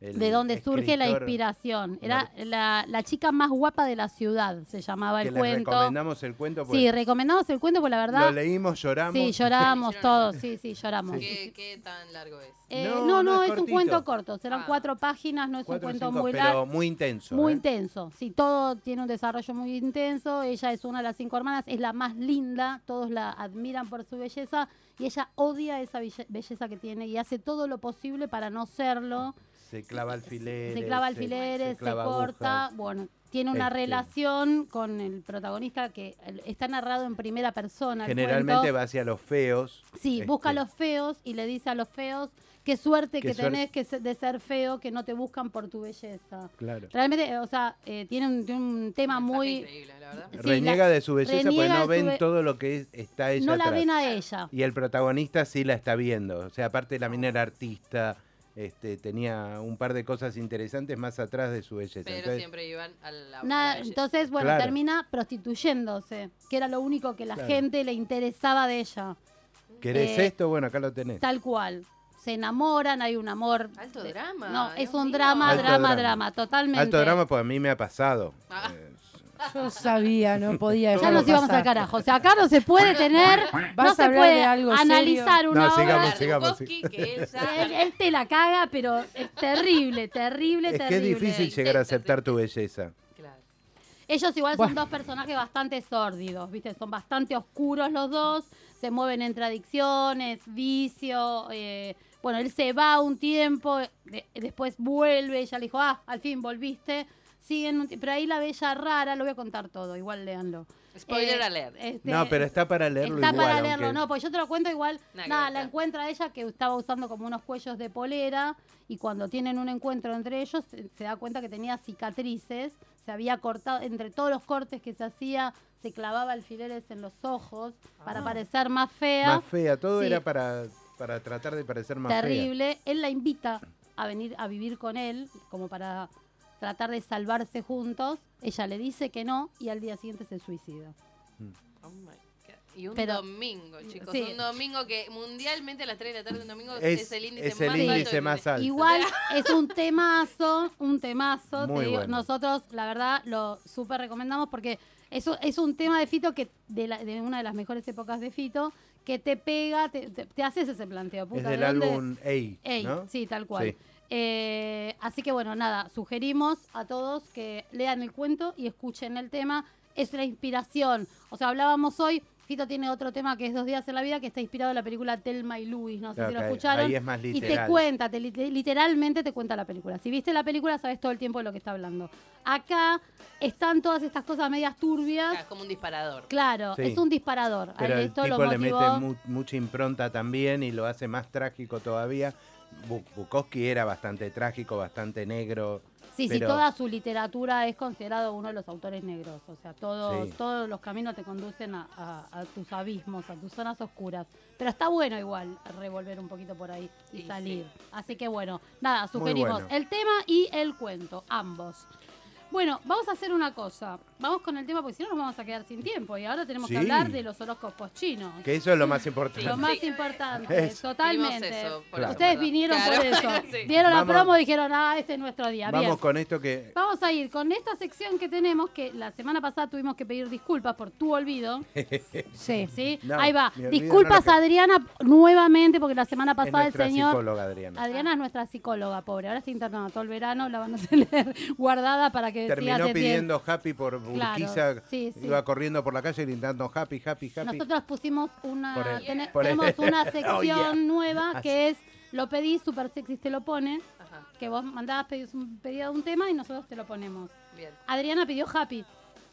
Speaker 1: el
Speaker 3: de donde surge la
Speaker 1: escritor
Speaker 3: inspiración. Era la, la chica más guapa de la ciudad, se llamaba
Speaker 1: Que
Speaker 3: el
Speaker 1: les
Speaker 3: cuento.
Speaker 1: recomendamos el cuento.
Speaker 3: sí,
Speaker 1: porque
Speaker 3: recomendamos el cuento, porque la verdad.
Speaker 1: Lo leímos, lloramos.
Speaker 3: Sí, lloramos todos, sí, sí, lloramos.
Speaker 1: Sí.
Speaker 4: ¿Qué, qué tan largo es?
Speaker 3: Eh,
Speaker 1: No,
Speaker 3: no,
Speaker 1: no
Speaker 3: no, es,
Speaker 1: es
Speaker 3: un
Speaker 1: cortito.
Speaker 3: cuento corto, serán cuatro páginas, no es
Speaker 1: Cuatro o
Speaker 3: un cuento
Speaker 1: cinco,
Speaker 3: muy
Speaker 1: pero
Speaker 3: largo.
Speaker 1: muy intenso.
Speaker 3: Muy
Speaker 1: ¿eh?
Speaker 3: intenso, sí, todo tiene un desarrollo muy intenso. Ella es una de las cinco hermanas, es la más linda, todos la admiran por su belleza y ella odia esa belle- belleza que tiene y hace todo lo posible para no serlo.
Speaker 1: Se clava alfileres.
Speaker 3: se clava alfileres, se,
Speaker 1: clava
Speaker 3: corta,
Speaker 1: agujas.
Speaker 3: bueno, tiene una
Speaker 1: Este.
Speaker 3: relación con el protagonista que el- está narrado en primera persona. el
Speaker 1: Generalmente
Speaker 3: cuento.
Speaker 1: va hacia los feos.
Speaker 3: Sí,
Speaker 1: este,
Speaker 3: busca a los feos y le dice a los feos qué suerte
Speaker 1: Qué
Speaker 3: que
Speaker 1: suerte.
Speaker 3: tenés que se- de ser feo, que no te buscan por tu belleza.
Speaker 1: Claro.
Speaker 3: Realmente, eh, o sea, eh, tiene, un, tiene un tema muy... Sí,
Speaker 1: Reniega
Speaker 3: la-
Speaker 1: de su belleza porque
Speaker 3: reniega
Speaker 1: no
Speaker 3: de su
Speaker 1: ven
Speaker 3: be-
Speaker 1: todo lo que es- está ella
Speaker 3: No la
Speaker 1: atrás.
Speaker 3: ven a ella.
Speaker 1: Y el protagonista sí la está viendo. O sea, aparte la mina era artista, este, tenía un par de cosas interesantes más atrás de su belleza.
Speaker 4: Pero
Speaker 1: Entonces,
Speaker 4: siempre iban a la.
Speaker 3: Nada, entonces, bueno,
Speaker 1: Claro.
Speaker 3: termina prostituyéndose, que era lo único que la
Speaker 1: Claro.
Speaker 3: gente le interesaba de ella.
Speaker 1: ¿querés
Speaker 3: eh,
Speaker 1: esto? Bueno, acá lo tenés.
Speaker 3: Tal cual. Se enamoran, hay un amor. Alto
Speaker 4: drama,
Speaker 3: No,
Speaker 4: Dios
Speaker 3: es un
Speaker 4: mío.
Speaker 3: drama,
Speaker 1: Alto
Speaker 3: drama,
Speaker 1: drama.
Speaker 3: drama, totalmente.
Speaker 1: Alto drama, pues a mí me ha pasado. Eh,
Speaker 6: Yo sabía, no podía.
Speaker 3: Ya
Speaker 6: dejarlo
Speaker 3: nos íbamos
Speaker 6: pasar.
Speaker 3: al carajo. O sea, acá no se puede tener,
Speaker 6: Vas
Speaker 3: no
Speaker 6: a
Speaker 3: se
Speaker 6: hablar
Speaker 3: puede
Speaker 6: de algo
Speaker 3: analizar
Speaker 6: serio.
Speaker 3: una
Speaker 6: No,
Speaker 3: obra.
Speaker 6: sigamos, sigamos,
Speaker 1: sí.
Speaker 3: él, él te la caga, pero es terrible, terrible,
Speaker 1: Es que es
Speaker 3: terrible.
Speaker 1: difícil llegar a aceptar tu belleza.
Speaker 3: Ellos igual
Speaker 1: Bueno.
Speaker 3: son dos personajes bastante sórdidos, ¿viste? Son bastante oscuros los dos, se mueven entre adicciones, vicio. eh, bueno, él se va un tiempo, de- después vuelve, ella le dijo, ah, al fin volviste. Siguen, un ti- pero ahí la bella rara, lo voy a contar todo, igual léanlo. Eh, este,
Speaker 4: Spoiler
Speaker 3: a
Speaker 4: alert.
Speaker 1: No, pero está para leerlo
Speaker 3: Está
Speaker 1: igual.
Speaker 3: para leerlo,
Speaker 1: aunque-
Speaker 3: no, pues yo te lo cuento igual.
Speaker 4: Nada
Speaker 3: Nada,
Speaker 4: que ver,
Speaker 3: la encuentra ella que estaba usando como unos cuellos de polera y cuando tienen un encuentro entre ellos se, se da cuenta que tenía cicatrices, se había cortado, entre todos los cortes que se hacía, se clavaba alfileres en los ojos para
Speaker 1: Ah.
Speaker 3: parecer más fea.
Speaker 1: Más fea, todo
Speaker 3: Sí,
Speaker 1: era para, para tratar de parecer más fea.
Speaker 3: terrible. Él la invita a venir a vivir con él como para tratar de salvarse juntos. Ella le dice que no y al día siguiente se suicida.
Speaker 4: Oh my God. Y un
Speaker 3: Pero-
Speaker 4: domingo, chicos.
Speaker 3: Sí.
Speaker 4: Un domingo que mundialmente a las 3 de la tarde, un domingo
Speaker 1: Es-
Speaker 4: es, el índice
Speaker 1: es el
Speaker 4: más
Speaker 1: índice
Speaker 4: alto. del
Speaker 1: más
Speaker 4: lunes.
Speaker 1: alto.
Speaker 3: Igual es un temazo, un temazo.
Speaker 1: Muy
Speaker 3: te digo,
Speaker 1: bueno.
Speaker 3: Nosotros, la verdad, lo súper recomendamos porque eso es un tema de Fito que de, la- de una de las mejores épocas de Fito que te pega, te, te- te haces ese planteo.
Speaker 1: Es
Speaker 3: Puta,
Speaker 1: del
Speaker 3: ¿de dónde?
Speaker 1: álbum Ey,
Speaker 3: Ey,
Speaker 1: ¿no?
Speaker 3: sí, tal cual.
Speaker 1: Sí.
Speaker 3: Eh, así que bueno, nada, sugerimos a todos que lean el cuento y escuchen el tema. Es la inspiración. O sea, hablábamos hoy, Fito tiene otro tema que es Dos días en la vida, que está inspirado en la película Telma y Luis. No sé
Speaker 1: Claro,
Speaker 3: si lo
Speaker 1: que ahí-
Speaker 3: escucharon.
Speaker 1: ahí es más
Speaker 3: Y te
Speaker 1: literal.
Speaker 3: cuenta, te lit- literalmente te cuenta la película. Si viste la película, sabes todo el tiempo de lo que está hablando. Acá están todas estas cosas medias turbias.
Speaker 4: Ah, Es como un disparador.
Speaker 3: Claro,
Speaker 1: Sí.
Speaker 3: es un disparador.
Speaker 1: Pero
Speaker 3: A él
Speaker 1: el
Speaker 3: esto lo
Speaker 1: tipo le mete
Speaker 3: motivó.
Speaker 1: mu- mucha impronta también y lo hace más trágico todavía. Bu- Bukowski era bastante trágico, bastante negro.
Speaker 3: Sí,
Speaker 1: pero
Speaker 3: sí, toda su literatura es considerado uno de los autores negros. O sea, todo,
Speaker 1: Sí.
Speaker 3: todos los caminos te conducen a, a- a tus abismos, a tus zonas oscuras. Pero está bueno igual revolver un poquito por ahí y salir. Así que bueno, nada, sugerimos
Speaker 15: bueno.
Speaker 3: el tema y el cuento, ambos. Bueno, vamos a hacer una cosa. Vamos con el tema porque si no nos vamos a quedar sin tiempo. Y ahora tenemos
Speaker 1: Sí.
Speaker 3: que hablar de los horóscopos chinos.
Speaker 1: Que eso es lo más importante.
Speaker 3: Lo más importante,
Speaker 1: Eso.
Speaker 3: totalmente.
Speaker 4: Vimos eso, por
Speaker 1: Claro.
Speaker 3: Ustedes vinieron
Speaker 4: Claro.
Speaker 3: por eso.
Speaker 4: Sí.
Speaker 3: Dieron
Speaker 1: Vamos.
Speaker 3: la promo y dijeron, ah, este es nuestro día. Bien.
Speaker 1: Vamos con esto que...
Speaker 3: Vamos a ir con esta sección que tenemos, que la semana pasada tuvimos que pedir disculpas por tu olvido. Sí.
Speaker 1: No,
Speaker 3: Ahí va.
Speaker 1: mi olvido
Speaker 3: Disculpas,
Speaker 1: no lo que-
Speaker 3: Adriana, nuevamente, porque la semana
Speaker 1: Es
Speaker 3: pasada el
Speaker 1: nuestra
Speaker 3: señor...
Speaker 1: psicóloga, Adriana.
Speaker 3: Adriana es nuestra psicóloga, pobre. Ahora está internada todo el verano, la van a tener guardada para que que
Speaker 1: terminó
Speaker 3: decías de
Speaker 1: pidiendo happy por Urquiza.
Speaker 3: sí, sí.
Speaker 1: Iba corriendo por la calle gritando happy, happy, happy.
Speaker 3: Nosotros pusimos una,
Speaker 1: Por el-
Speaker 3: tene-
Speaker 1: por el-
Speaker 3: tenemos una
Speaker 1: Oh,
Speaker 3: sección
Speaker 1: yeah.
Speaker 3: nueva
Speaker 1: Así.
Speaker 3: que es lo pedís, Super Sexy te lo pone, que vos mandabas pedís un pedido de un tema y nosotros te lo ponemos.
Speaker 4: Bien.
Speaker 3: Adriana pidió Happy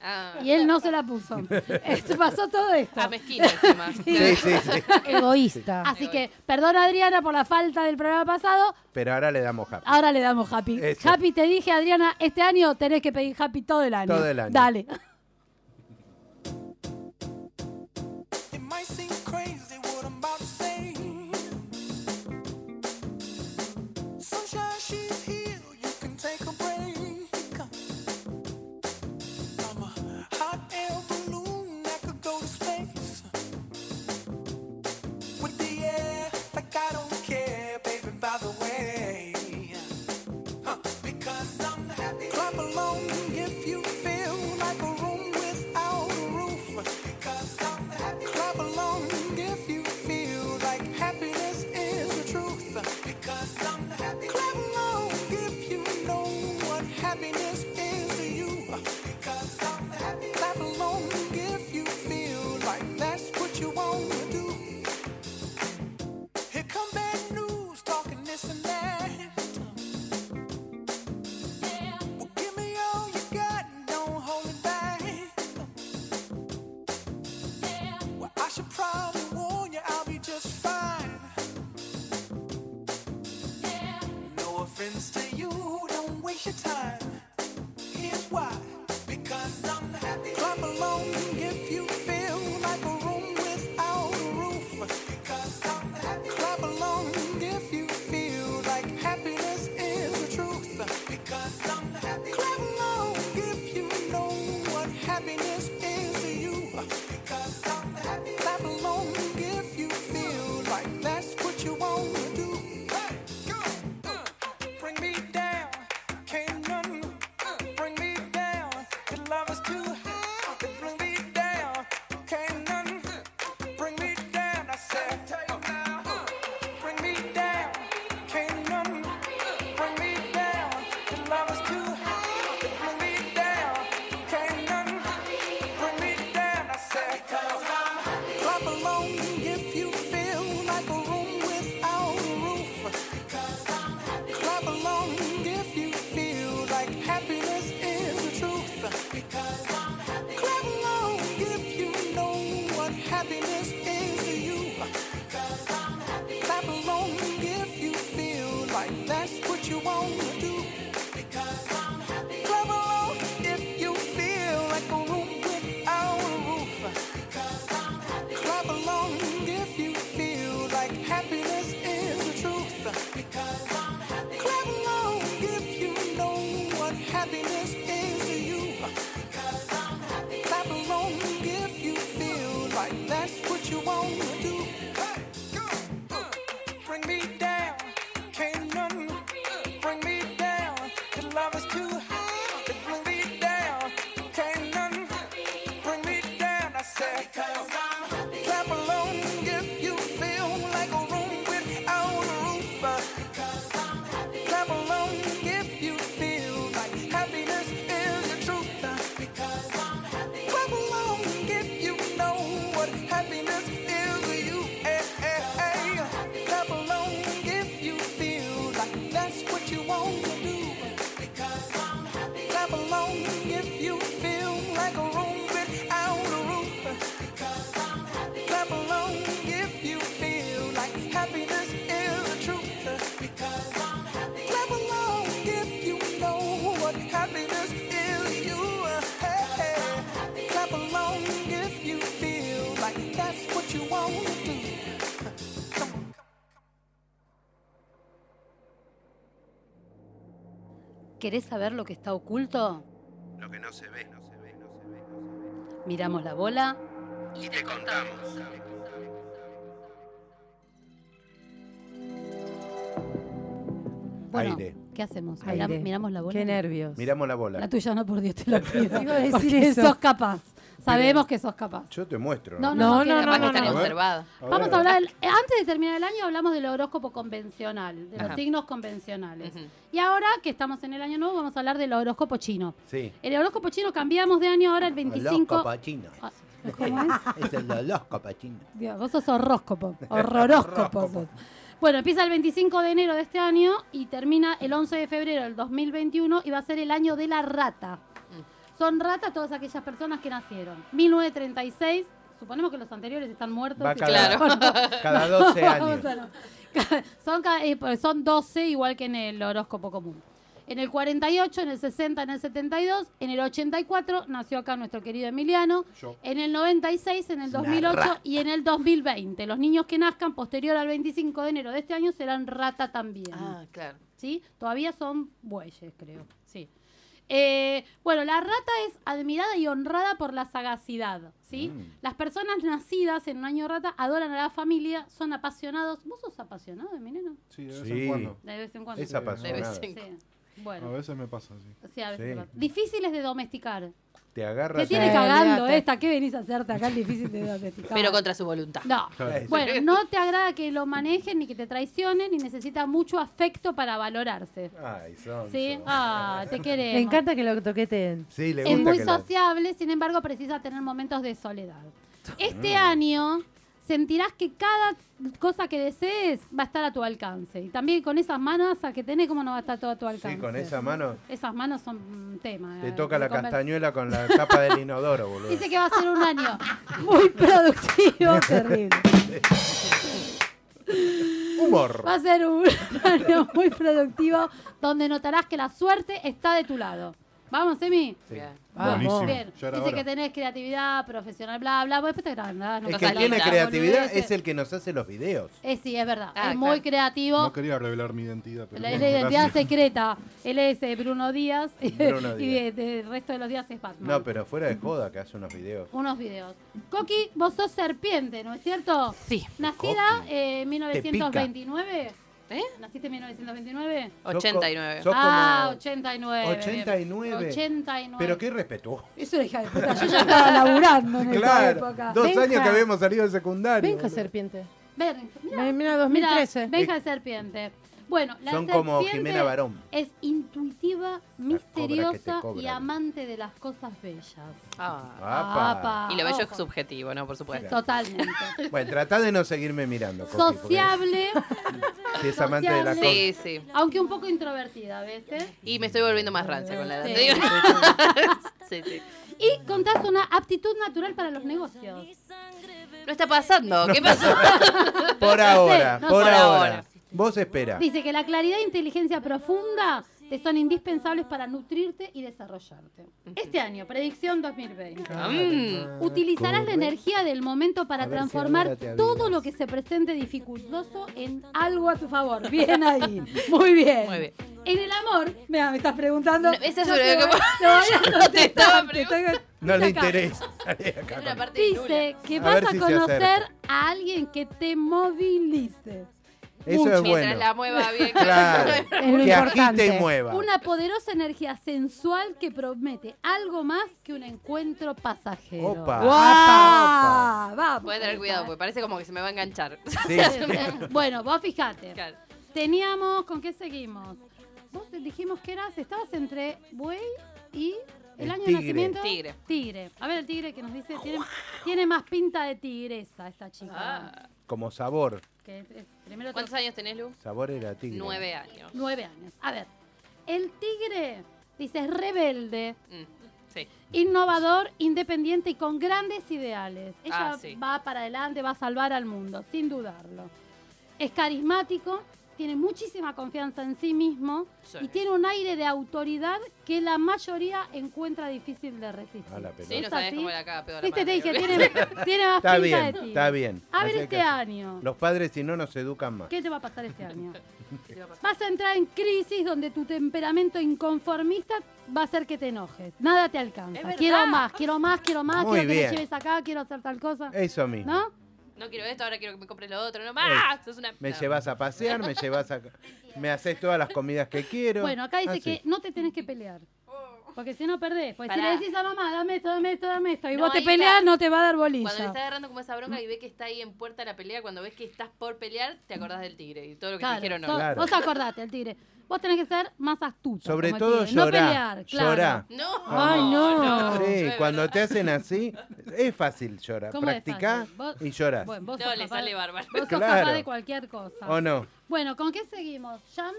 Speaker 4: Ah.
Speaker 3: y él no se la puso. Esto pasó todo esto.
Speaker 4: Ah, mezquino encima.
Speaker 1: Sí, sí, sí.
Speaker 3: Egoísta. Así que perdón Adriana por la falta del programa pasado.
Speaker 1: Pero ahora le damos happy.
Speaker 3: Ahora le damos Happy.
Speaker 1: Eso.
Speaker 3: Happy te dije Adriana, este año tenés que pedir Happy todo el año.
Speaker 1: Todo el año.
Speaker 3: Dale.
Speaker 13: It might seem crazy what I'm about to say. Sunshine, she's here. You can take a break. I'm a hot air balloon that could go to space. With the air, like I don't care, baby, by the way. Huh, Because I'm happy. Clap along if you feel like a room without a roof. Because I'm happy. Clap along if you feel like happiness is the truth. Because I'm happy. Clap along if you know what happiness is to you. Because I'm happy. Clap along if you feel like that's what you want to do. Here come bad news talking this and that. Well, give me all you got and don't hold it back. Well, I should probably warn you, I'll be just fine. No offense to you, don't waste your time. Here's why. Because I'm happy. Clap along if you feel like a room without a roof. Because I'm happy. Clap along if you feel like happiness is the truth. Because I'm happy. Clap along if you know what happiness is to you. Because I'm happy. Clap along if you feel like that's what you want to do. Hey, go, uh, bring me down, can't none Bring me down, your love is too high. Bring me down, can't none. Bring me down, I said. Bring me down, can't none. Bring me down, your love is too high. Bring me down, can't none. Bring me down, I said. Clap along if you feel like a room without a roof. Clap along if you feel like happiness is the truth. Because I'm happy. Clap along if you know what happiness is to you. Because I'm happy. Clap along if you feel like that's what you want to do. Because I'm happy. Clap along if you feel like a room without a roof. Because I'm happy. Clap along if you feel like happiness is the truth. Because I'm happy. Clap along if you know what happiness is to you. Because I'm happy. Clap along if you feel like that's what you want to do. Hey, go, uh, bring me down, can't none. Bring me down, your love is too high. Bring me down, can't none. Bring me down, I said. Clap along if you feel like a room without a roof. Clap along if you feel like happiness is the truth. Clap along if you know what happiness is to you. Eh, eh, eh. Clap along if you feel like that's what you want to do. Clap along if you feel like a room without a roof. Clap along if you feel like happiness is the truth. Clap along if you know what happiness is to you. Hey, hey. Clap along if you feel like that's what you want to do.
Speaker 14: ¿Querés saber lo que está oculto?
Speaker 16: Lo que no se ve, no se ve, no se ve.
Speaker 14: Miramos la bola.
Speaker 16: Y te contamos.
Speaker 3: Bueno,
Speaker 1: Aire.
Speaker 3: ¿qué hacemos?
Speaker 6: Aire.
Speaker 3: Miramos la bola.
Speaker 6: Qué nervios.
Speaker 1: Miramos la bola.
Speaker 3: La tuya no, por Dios, te lo pido.
Speaker 6: Iba a decir
Speaker 3: porque
Speaker 6: eso.
Speaker 3: sos capaz. Sabemos que sos capaz.
Speaker 1: Yo te muestro.
Speaker 3: No, no, No, no, no, no,
Speaker 4: capaz que no, está no. conservada.
Speaker 1: A ver.
Speaker 3: Vamos a hablar, eh, antes de terminar el año hablamos del horóscopo convencional, de los
Speaker 1: Ajá.
Speaker 3: signos convencionales. Y ahora que estamos en el año nuevo, vamos a hablar del horóscopo chino.
Speaker 1: Sí.
Speaker 3: El horóscopo chino cambiamos de año ahora el 25.
Speaker 1: Horóscopo chino.
Speaker 3: Ah, ¿Cómo es?
Speaker 1: Es el horóscopo chino.
Speaker 3: Dios, vos sos horóscopo, horroróscopo sos. Bueno, empieza el 25 de enero de este año y termina el 11 de febrero del 2021 y va a ser el año de la rata. Son ratas todas aquellas personas que nacieron. 1936, suponemos que los anteriores están muertos.
Speaker 1: Va
Speaker 3: y-
Speaker 1: cada- cada 12 años.
Speaker 3: sea, no. Ca- son, ca- eh, pues son 12 igual que en el horóscopo común. En el 48, en el 60, en el 72, en el 84 nació acá nuestro querido Emiliano,
Speaker 15: Yo.
Speaker 3: en el 96, en el
Speaker 15: Es una
Speaker 3: 2008
Speaker 15: rata.
Speaker 3: y en el 2020. Los niños que nazcan posterior al 25 de enero de este año serán rata también.
Speaker 4: Ah, claro.
Speaker 3: ¿Sí? Todavía son bueyes, creo. Sí. Eh, bueno, la rata es admirada y honrada por la sagacidad, ¿sí?
Speaker 4: Mm.
Speaker 3: Las personas nacidas en un año rata adoran a la familia, son apasionados. ¿Vos sos apasionado, Emiliano?
Speaker 10: Sí, de vez
Speaker 1: Sí.
Speaker 10: en cuando.
Speaker 3: De vez en cuando.
Speaker 1: Es apasionado. De vez
Speaker 3: Sí.
Speaker 1: en
Speaker 3: Bueno,
Speaker 10: A veces me pasa, sí.
Speaker 3: sí, a veces
Speaker 1: Sí.
Speaker 3: me pasa. Difíciles de domesticar.
Speaker 1: Te agarras.
Speaker 3: Te tiene
Speaker 1: ahí.
Speaker 3: cagando
Speaker 6: olvídate.
Speaker 3: esta, ¿qué venís a hacerte acá? Es difícil de domesticar.
Speaker 4: Pero contra su voluntad.
Speaker 3: No.
Speaker 1: Claro.
Speaker 3: Bueno, no te agrada que lo manejen ni que te traicionen, ni necesita mucho afecto para valorarse.
Speaker 1: Ay, son.
Speaker 3: ¿Sí? Ah, te queremos.
Speaker 6: Me encanta que lo toqueten.
Speaker 1: Sí, le
Speaker 3: es
Speaker 1: gusta
Speaker 3: muy
Speaker 1: que la-
Speaker 3: sociable, sin embargo, precisa tener momentos de soledad.
Speaker 1: Mm.
Speaker 3: Este año sentirás que cada cosa que desees va a estar a tu alcance. Y también con esas manos que tenés, ¿cómo no va a estar todo a tu alcance?
Speaker 1: Sí, con esa mano
Speaker 3: Esas manos son un tema.
Speaker 1: te
Speaker 3: eh,
Speaker 1: toca
Speaker 3: de
Speaker 1: la
Speaker 3: conver-
Speaker 1: castañuela con la tapa del inodoro, boludo.
Speaker 3: Dice que va a ser un año muy productivo. terrible.
Speaker 1: Humor.
Speaker 3: Va a ser un año muy productivo donde notarás que la suerte está de tu lado. Vamos, Emi.
Speaker 1: Sí.
Speaker 3: Vamos.
Speaker 1: Buenísimo.
Speaker 3: Bien.
Speaker 1: Ya era
Speaker 3: Dice
Speaker 1: hora.
Speaker 3: que tenés creatividad, profesional, bla, bla. Vos después te agrandás, no
Speaker 1: El
Speaker 3: pasa
Speaker 1: que
Speaker 3: nada,
Speaker 1: tiene
Speaker 3: boludeces.
Speaker 1: creatividad es el que nos hace los videos.
Speaker 3: Eh, sí, es verdad.
Speaker 4: Ah,
Speaker 3: es muy
Speaker 4: claro.
Speaker 3: creativo.
Speaker 10: No quería revelar mi identidad, pero.
Speaker 3: La- Es
Speaker 10: bueno,
Speaker 3: la identidad
Speaker 10: gracias.
Speaker 3: secreta. Él es eh, Bruno Díaz.
Speaker 1: Bruno
Speaker 3: y de- de- el resto de los días es Batman.
Speaker 1: No, pero fuera de joda que hace unos videos.
Speaker 3: Unos videos. Coqui, vos sos serpiente, ¿no es cierto? Sí. Nacida eh, en 1929. ¿Eh? ¿Naciste en 1929?
Speaker 1: Sos co- 89. sos
Speaker 3: ah,
Speaker 1: como-
Speaker 3: 89.
Speaker 1: 89.
Speaker 3: 89.
Speaker 1: Pero qué respetuoso.
Speaker 3: Es una hija de puta. Yo
Speaker 6: ya estaba laburando en esa
Speaker 1: Claro,
Speaker 6: época.
Speaker 1: dos
Speaker 6: Benja.
Speaker 1: años que habíamos salido del secundario.
Speaker 6: Benja serpiente.
Speaker 3: Mira,
Speaker 6: Mira, 2013.
Speaker 3: Benja de serpiente. Bueno, la
Speaker 1: Eh, Son como
Speaker 3: serpiente
Speaker 1: Jimena Barón.
Speaker 3: Es intuitiva,
Speaker 1: te
Speaker 3: misteriosa y
Speaker 1: cobran.
Speaker 3: amante de las cosas bellas.
Speaker 1: Apa.
Speaker 3: Apa.
Speaker 4: Ah. Y lo bello
Speaker 3: Ah, Ojo.
Speaker 4: es subjetivo, ¿no? Por supuesto.
Speaker 3: Totalmente.
Speaker 1: Bueno, tratá de no seguirme mirando. Coqui, porque
Speaker 3: Sociable,
Speaker 1: Si es amante de la cosa.
Speaker 4: Sí, sí.
Speaker 3: aunque un poco introvertida a veces.
Speaker 4: Y me estoy volviendo más rancia con la edad.
Speaker 3: Sí.
Speaker 4: te digo. Sí, sí.
Speaker 3: Y contás una aptitud natural para los negocios.
Speaker 4: No está pasando. ¿Qué pasó?
Speaker 1: Por ahora,
Speaker 3: no sé.
Speaker 1: por
Speaker 3: Por
Speaker 1: ahora. Vos espera.
Speaker 3: Dice que la claridad e inteligencia profunda te son indispensables para nutrirte y desarrollarte. Este año, predicción 2020.
Speaker 4: Mm.
Speaker 3: Utilizarás la
Speaker 4: Correcto.
Speaker 3: energía del momento para
Speaker 4: A ver si
Speaker 3: transformar
Speaker 4: ahora te
Speaker 3: todo lo que se presente dificultoso en algo a tu favor. Bien ahí. Muy bien.
Speaker 4: Muy bien.
Speaker 3: En el amor, mira, me estás preguntando.
Speaker 4: No, esa es
Speaker 3: Yo
Speaker 4: lo
Speaker 3: te
Speaker 4: que-
Speaker 3: voy- te voy a
Speaker 4: Yo te
Speaker 3: contestar,
Speaker 4: estaba
Speaker 3: te estoy-
Speaker 1: No le
Speaker 3: acá.
Speaker 1: interesa. Salí acá con-
Speaker 3: Dice que
Speaker 1: A
Speaker 3: vas
Speaker 1: ver
Speaker 3: a
Speaker 1: si se
Speaker 3: conocer
Speaker 1: acerca.
Speaker 3: a alguien que te movilice.
Speaker 1: Eso
Speaker 3: Mucho.
Speaker 1: es bueno.
Speaker 4: la mueva bien.
Speaker 1: Claro.
Speaker 3: Es
Speaker 4: lo
Speaker 1: que
Speaker 4: importante.
Speaker 1: agite y mueva.
Speaker 3: Una poderosa energía sensual que promete algo más que un encuentro pasajero.
Speaker 1: Opa.
Speaker 3: ¡Guau! Vamos.
Speaker 4: Voy a tener cuidado, porque parece como que se me va a enganchar.
Speaker 1: Sí.
Speaker 3: bueno, vos fijate. Teníamos, ¿con qué seguimos? Vos te dijimos que eras, estabas entre buey y el,
Speaker 4: El
Speaker 3: año
Speaker 4: tigre.
Speaker 3: de nacimiento.
Speaker 4: Tigre.
Speaker 3: Tigre. A ver, el tigre que nos dice, tiene, tiene más pinta de tigresa esta chica.
Speaker 1: Como sabor.
Speaker 3: Que, eh, primero
Speaker 4: Ah. ¿Cuántos años tenés, Lu?
Speaker 1: Sabor era tigre.
Speaker 4: Nueve años.
Speaker 3: Nueve años. A ver, el tigre, dice, es rebelde,
Speaker 4: Mm, Sí.
Speaker 3: innovador, independiente y con grandes ideales. Ella
Speaker 4: Ah, sí.
Speaker 3: va para adelante, va a salvar al mundo, sin dudarlo. Es carismático, tiene muchísima confianza en sí mismo
Speaker 4: Sí.
Speaker 3: y tiene un aire de autoridad que la mayoría encuentra difícil de resistir.
Speaker 1: A la
Speaker 4: Sí, no
Speaker 1: pelota.
Speaker 4: sabés cómo la acaba peor.
Speaker 3: Viste, te dije, tiene, tiene más pinta
Speaker 1: Está
Speaker 3: de
Speaker 1: bien,
Speaker 3: tigre.
Speaker 1: está bien.
Speaker 3: A ver
Speaker 1: Así
Speaker 3: este
Speaker 1: que-
Speaker 3: año.
Speaker 1: Los padres si no nos educan más.
Speaker 3: ¿Qué te va a pasar este año? Vas a entrar en crisis donde tu temperamento inconformista va a hacer que te enojes. Nada te alcanza.
Speaker 4: verdad.
Speaker 3: Quiero más, quiero más, quiero más,
Speaker 1: Muy
Speaker 3: quiero que
Speaker 1: bien. Eh,
Speaker 3: me lleves acá, quiero hacer tal cosa.
Speaker 1: Eso mismo.
Speaker 3: ¿No?
Speaker 4: No quiero esto, ahora quiero que me compres lo otro. No más. Sos una...
Speaker 1: Me
Speaker 4: No.
Speaker 1: llevas a pasear, me llevas a... Me haces todas las comidas que quiero. Ah,
Speaker 3: Bueno, acá dice
Speaker 1: Así.
Speaker 3: que no te tenés que pelear. Porque si no perdés, porque si
Speaker 4: Oh. Pará.
Speaker 3: le decís a mamá, dame esto, dame esto, dame esto, y
Speaker 4: No,
Speaker 3: vos te
Speaker 4: ahí está.
Speaker 3: peleas, no te va a dar bolilla.
Speaker 4: Cuando le estás agarrando como esa
Speaker 3: Mm.
Speaker 4: bronca y ve que está ahí en puerta la pelea, cuando ves que estás por pelear, te acordás del tigre y todo lo que te
Speaker 3: Claro,
Speaker 4: dijeron
Speaker 3: to-
Speaker 4: no.
Speaker 3: Vos acordate, el tigre. Vos tenés que ser más astuto.
Speaker 1: Sobre
Speaker 3: como el
Speaker 1: todo
Speaker 3: tigre,
Speaker 1: llorá,
Speaker 3: No pelear, claro.
Speaker 1: llorá.
Speaker 4: No.
Speaker 3: Ay, no.
Speaker 1: Sí, cuando te hacen así, es fácil llorar.
Speaker 3: ¿Cómo es
Speaker 1: Practicá
Speaker 3: fácil? Vos-
Speaker 1: y llorás.
Speaker 3: Bueno, vos
Speaker 4: No,
Speaker 3: sos
Speaker 4: le
Speaker 3: capaz-
Speaker 4: sale bárbaro.
Speaker 3: Vos sos
Speaker 1: Claro.
Speaker 3: capaz de cualquier cosa.
Speaker 1: ¿O no?
Speaker 3: Bueno, ¿con qué seguimos? ¿Jam?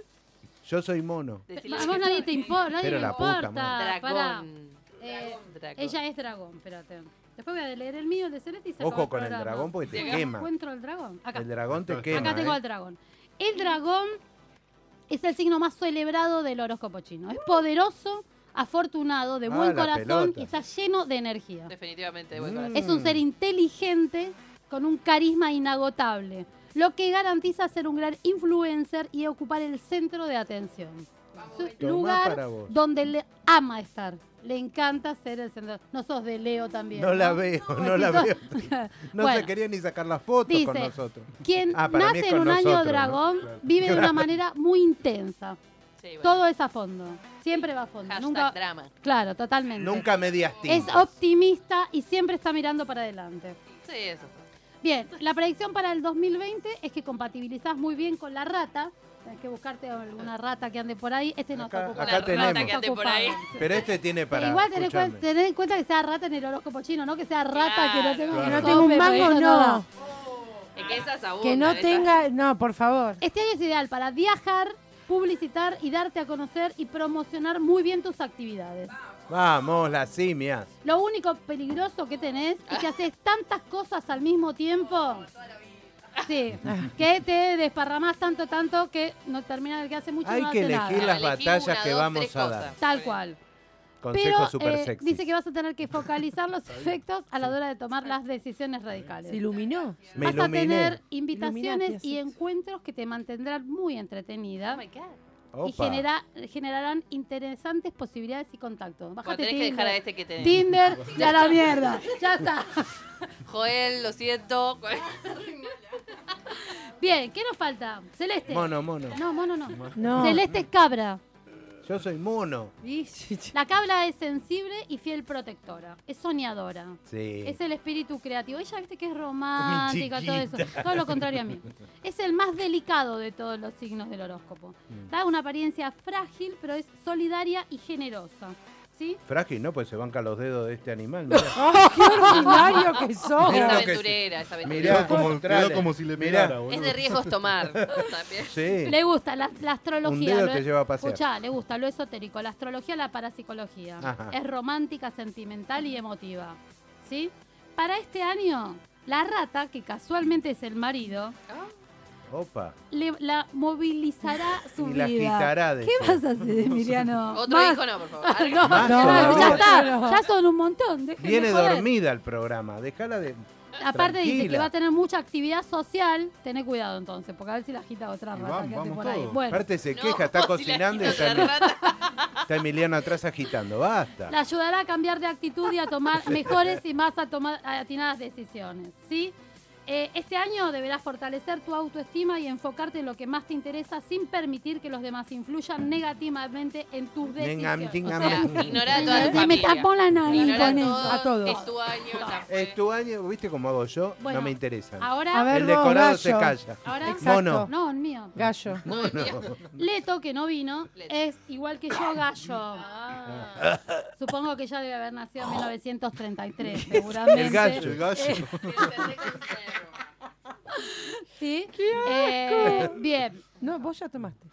Speaker 1: Yo soy mono.
Speaker 3: A vos nadie te importa, nadie
Speaker 1: Pero
Speaker 3: le
Speaker 1: la puta
Speaker 3: importa.
Speaker 1: madre.
Speaker 3: Pará.
Speaker 4: Dragón.
Speaker 3: Eh,
Speaker 4: Dragón.
Speaker 3: Ella es dragón, espérate. Después voy a leer el mío, el de Celeste y se acabó
Speaker 1: Ojo con el
Speaker 3: programa.
Speaker 1: dragón porque te
Speaker 3: No
Speaker 1: quema.
Speaker 3: encuentro el dragón. Acá.
Speaker 1: El dragón te quema.
Speaker 3: Acá tengo
Speaker 1: ¿eh?
Speaker 3: al dragón. El dragón es el signo más celebrado del horóscopo chino. Es
Speaker 1: Uh.
Speaker 3: poderoso, afortunado, de
Speaker 4: Ah,
Speaker 3: buen
Speaker 4: la
Speaker 3: corazón
Speaker 4: pelota.
Speaker 3: y está lleno de energía.
Speaker 4: Definitivamente, buen
Speaker 1: Mm.
Speaker 4: corazón.
Speaker 3: Es un ser inteligente con un carisma inagotable, lo que garantiza ser un gran influencer y ocupar el centro de atención. Es un
Speaker 1: Tomá
Speaker 3: lugar
Speaker 1: para vos.
Speaker 3: donde le ama estar. Le encanta ser el centro. No sos de Leo también.
Speaker 1: No la veo,
Speaker 3: Pues
Speaker 1: no
Speaker 3: si
Speaker 1: la
Speaker 3: sos-
Speaker 1: veo. No se
Speaker 3: Bueno.
Speaker 1: quería ni sacar las fotos con
Speaker 3: Dice,
Speaker 1: nosotros.
Speaker 3: Quien
Speaker 1: Ah, para mí
Speaker 3: nace
Speaker 1: es
Speaker 3: en
Speaker 1: con
Speaker 3: un año
Speaker 1: nosotros, ¿no?
Speaker 3: dragón
Speaker 1: Claro.
Speaker 3: vive de una
Speaker 1: Claro.
Speaker 3: manera muy intensa.
Speaker 4: bueno.
Speaker 3: Mm. Todo es a fondo. Siempre va a fondo.
Speaker 4: Hashtag
Speaker 3: Nunca,
Speaker 4: drama.
Speaker 3: Claro, totalmente.
Speaker 1: Nunca medias
Speaker 3: es
Speaker 1: tintas.
Speaker 3: optimista y siempre está mirando para adelante.
Speaker 4: Sí, eso.
Speaker 3: Bien, la predicción para el 2020 es que compatibilizás muy bien con la rata. Tenés que buscarte alguna rata que ande por ahí. Este no está ocupado.
Speaker 1: Acá tenemos.
Speaker 3: que ande por ahí.
Speaker 1: Pero este tiene para.
Speaker 3: Eh, Igual tenés, cuen-
Speaker 1: escuchame.
Speaker 3: tenés en cuenta que sea rata en el horóscopo chino, no que sea rata que no tenga
Speaker 1: Claro.
Speaker 3: un
Speaker 1: Que no
Speaker 3: sope,
Speaker 6: tenga un
Speaker 3: porque
Speaker 6: mango,
Speaker 3: eso
Speaker 6: no.
Speaker 3: da.
Speaker 4: Es que esas
Speaker 6: Que no tenga. No, por favor.
Speaker 3: Este año es ideal para viajar, publicitar y darte a conocer y promocionar muy bien tus actividades.
Speaker 1: Vamos, las simias.
Speaker 3: Lo único peligroso que tenés es que haces tantas cosas al mismo tiempo. Sí, que te desparramás tanto, tanto que no termina el que hace mucho y
Speaker 1: Hay
Speaker 3: no
Speaker 1: que
Speaker 3: hace nada.
Speaker 1: elegir las batallas que vamos a dar.
Speaker 3: Tal cual.
Speaker 1: Consejo
Speaker 3: Pero
Speaker 1: super
Speaker 3: eh,
Speaker 1: sexy.
Speaker 3: dice que vas a tener que focalizar los efectos a la hora de tomar las decisiones radicales.
Speaker 6: ¿Se iluminó?
Speaker 1: Me
Speaker 3: vas a
Speaker 1: iluminé.
Speaker 3: tener
Speaker 6: Illuminati,
Speaker 3: invitaciones
Speaker 6: así.
Speaker 3: y encuentros que te mantendrán muy
Speaker 4: Oh
Speaker 3: entretenida y
Speaker 1: Opa.
Speaker 3: genera- generarán interesantes posibilidades y contactos.
Speaker 4: Cuando
Speaker 3: Bájate
Speaker 4: tenés que
Speaker 3: Tinder,
Speaker 4: dejar a este que tenés.
Speaker 3: Tinder, ya la mierda, ya está.
Speaker 4: Joel, lo siento.
Speaker 3: Bien, ¿qué nos falta? Celeste.
Speaker 1: Mono, mono.
Speaker 3: No, mono no.
Speaker 1: No.
Speaker 3: Celeste es cabra.
Speaker 1: Yo soy mono.
Speaker 3: La cabra es sensible y fiel protectora. Es soñadora.
Speaker 1: Sí.
Speaker 3: Es el espíritu creativo. Ella viste que es romántica,
Speaker 1: Mi
Speaker 3: todo eso.
Speaker 1: chiquita.
Speaker 3: Todo lo contrario a mí. Es el más delicado de todos los signos del horóscopo.
Speaker 1: Mm.
Speaker 3: Da una apariencia frágil, pero es solidaria y generosa. ¿Sí?
Speaker 1: Frágil, ¿no? Pues se banca los dedos de este animal. mirá.
Speaker 6: ¡Ay, qué ordinario que sos!
Speaker 1: Mirá
Speaker 4: Es
Speaker 1: lo que-
Speaker 4: aventurera, es aventurera.
Speaker 10: Quedó
Speaker 1: Mirá,
Speaker 10: como-
Speaker 1: mostrale.
Speaker 10: quedó como si le
Speaker 1: Mirá.
Speaker 10: pegara,
Speaker 4: Es de riesgos tomar. también.
Speaker 1: Sí.
Speaker 3: Le gusta la, la astrología.
Speaker 1: Un dedo
Speaker 3: lo-
Speaker 1: te lleva a pasear.
Speaker 3: Escuchá, le gusta lo esotérico, la astrología, la parapsicología.
Speaker 1: Ajá.
Speaker 3: Es romántica, sentimental y emotiva. ¿Sí? Para este año, la rata, que casualmente es el marido,
Speaker 1: Opa.
Speaker 3: le, la movilizará su
Speaker 1: Y
Speaker 3: vida.
Speaker 1: la quitará de
Speaker 3: ¿Qué
Speaker 1: eso.
Speaker 3: vas a hacer, Emiliano?
Speaker 4: Otro
Speaker 3: Más.
Speaker 4: hijo no, por favor.
Speaker 3: No,
Speaker 1: Más
Speaker 3: no,
Speaker 1: todavía.
Speaker 3: ya está, ya son un montón. déjenme
Speaker 1: Viene
Speaker 3: joder.
Speaker 1: dormida el programa. Déjala de.
Speaker 3: Aparte dice que
Speaker 1: tranquila.
Speaker 3: va a tener mucha actividad social. Tené cuidado entonces, porque a ver si la agita otra rata
Speaker 1: Vamos,
Speaker 3: que ande
Speaker 1: vamos
Speaker 3: por ahí.
Speaker 1: todos.
Speaker 3: Bueno,
Speaker 1: Aparte se queja, está cocinando y está, está Emiliano atrás agitando. Basta.
Speaker 3: La ayudará a cambiar de actitud y a tomar mejores y más atoma- atinadas decisiones, ¿sí? Eh, este año deberás fortalecer tu autoestima y enfocarte en lo que más te interesa sin permitir que los demás influyan negativamente en tus decisiones.
Speaker 1: ting,
Speaker 3: O
Speaker 1: am,
Speaker 3: sea,
Speaker 1: ting.
Speaker 4: Ignorá a toda tu familia.
Speaker 3: me tapó la nariz
Speaker 4: Ignorá
Speaker 3: con
Speaker 4: todo,
Speaker 3: eso. A todos.
Speaker 4: Es tu año. ya fue.
Speaker 1: Es tu año, ¿viste cómo hago yo?
Speaker 3: Bueno,
Speaker 1: no me interesa.
Speaker 3: ahora- A ver
Speaker 1: el
Speaker 3: vos,
Speaker 1: decorado
Speaker 3: gallo.
Speaker 1: se calla.
Speaker 3: Ahora,
Speaker 1: Mono.
Speaker 3: no, el mío.
Speaker 6: Gallo.
Speaker 1: Mono.
Speaker 3: Leto, que no vino, es igual que yo, gallo. Supongo que ya debe haber nacido en 1933, seguramente.
Speaker 1: Oh. El gallo. El gallo.
Speaker 3: Eh, ¿Sí? Eh, bien.
Speaker 6: No, vos ya tomaste.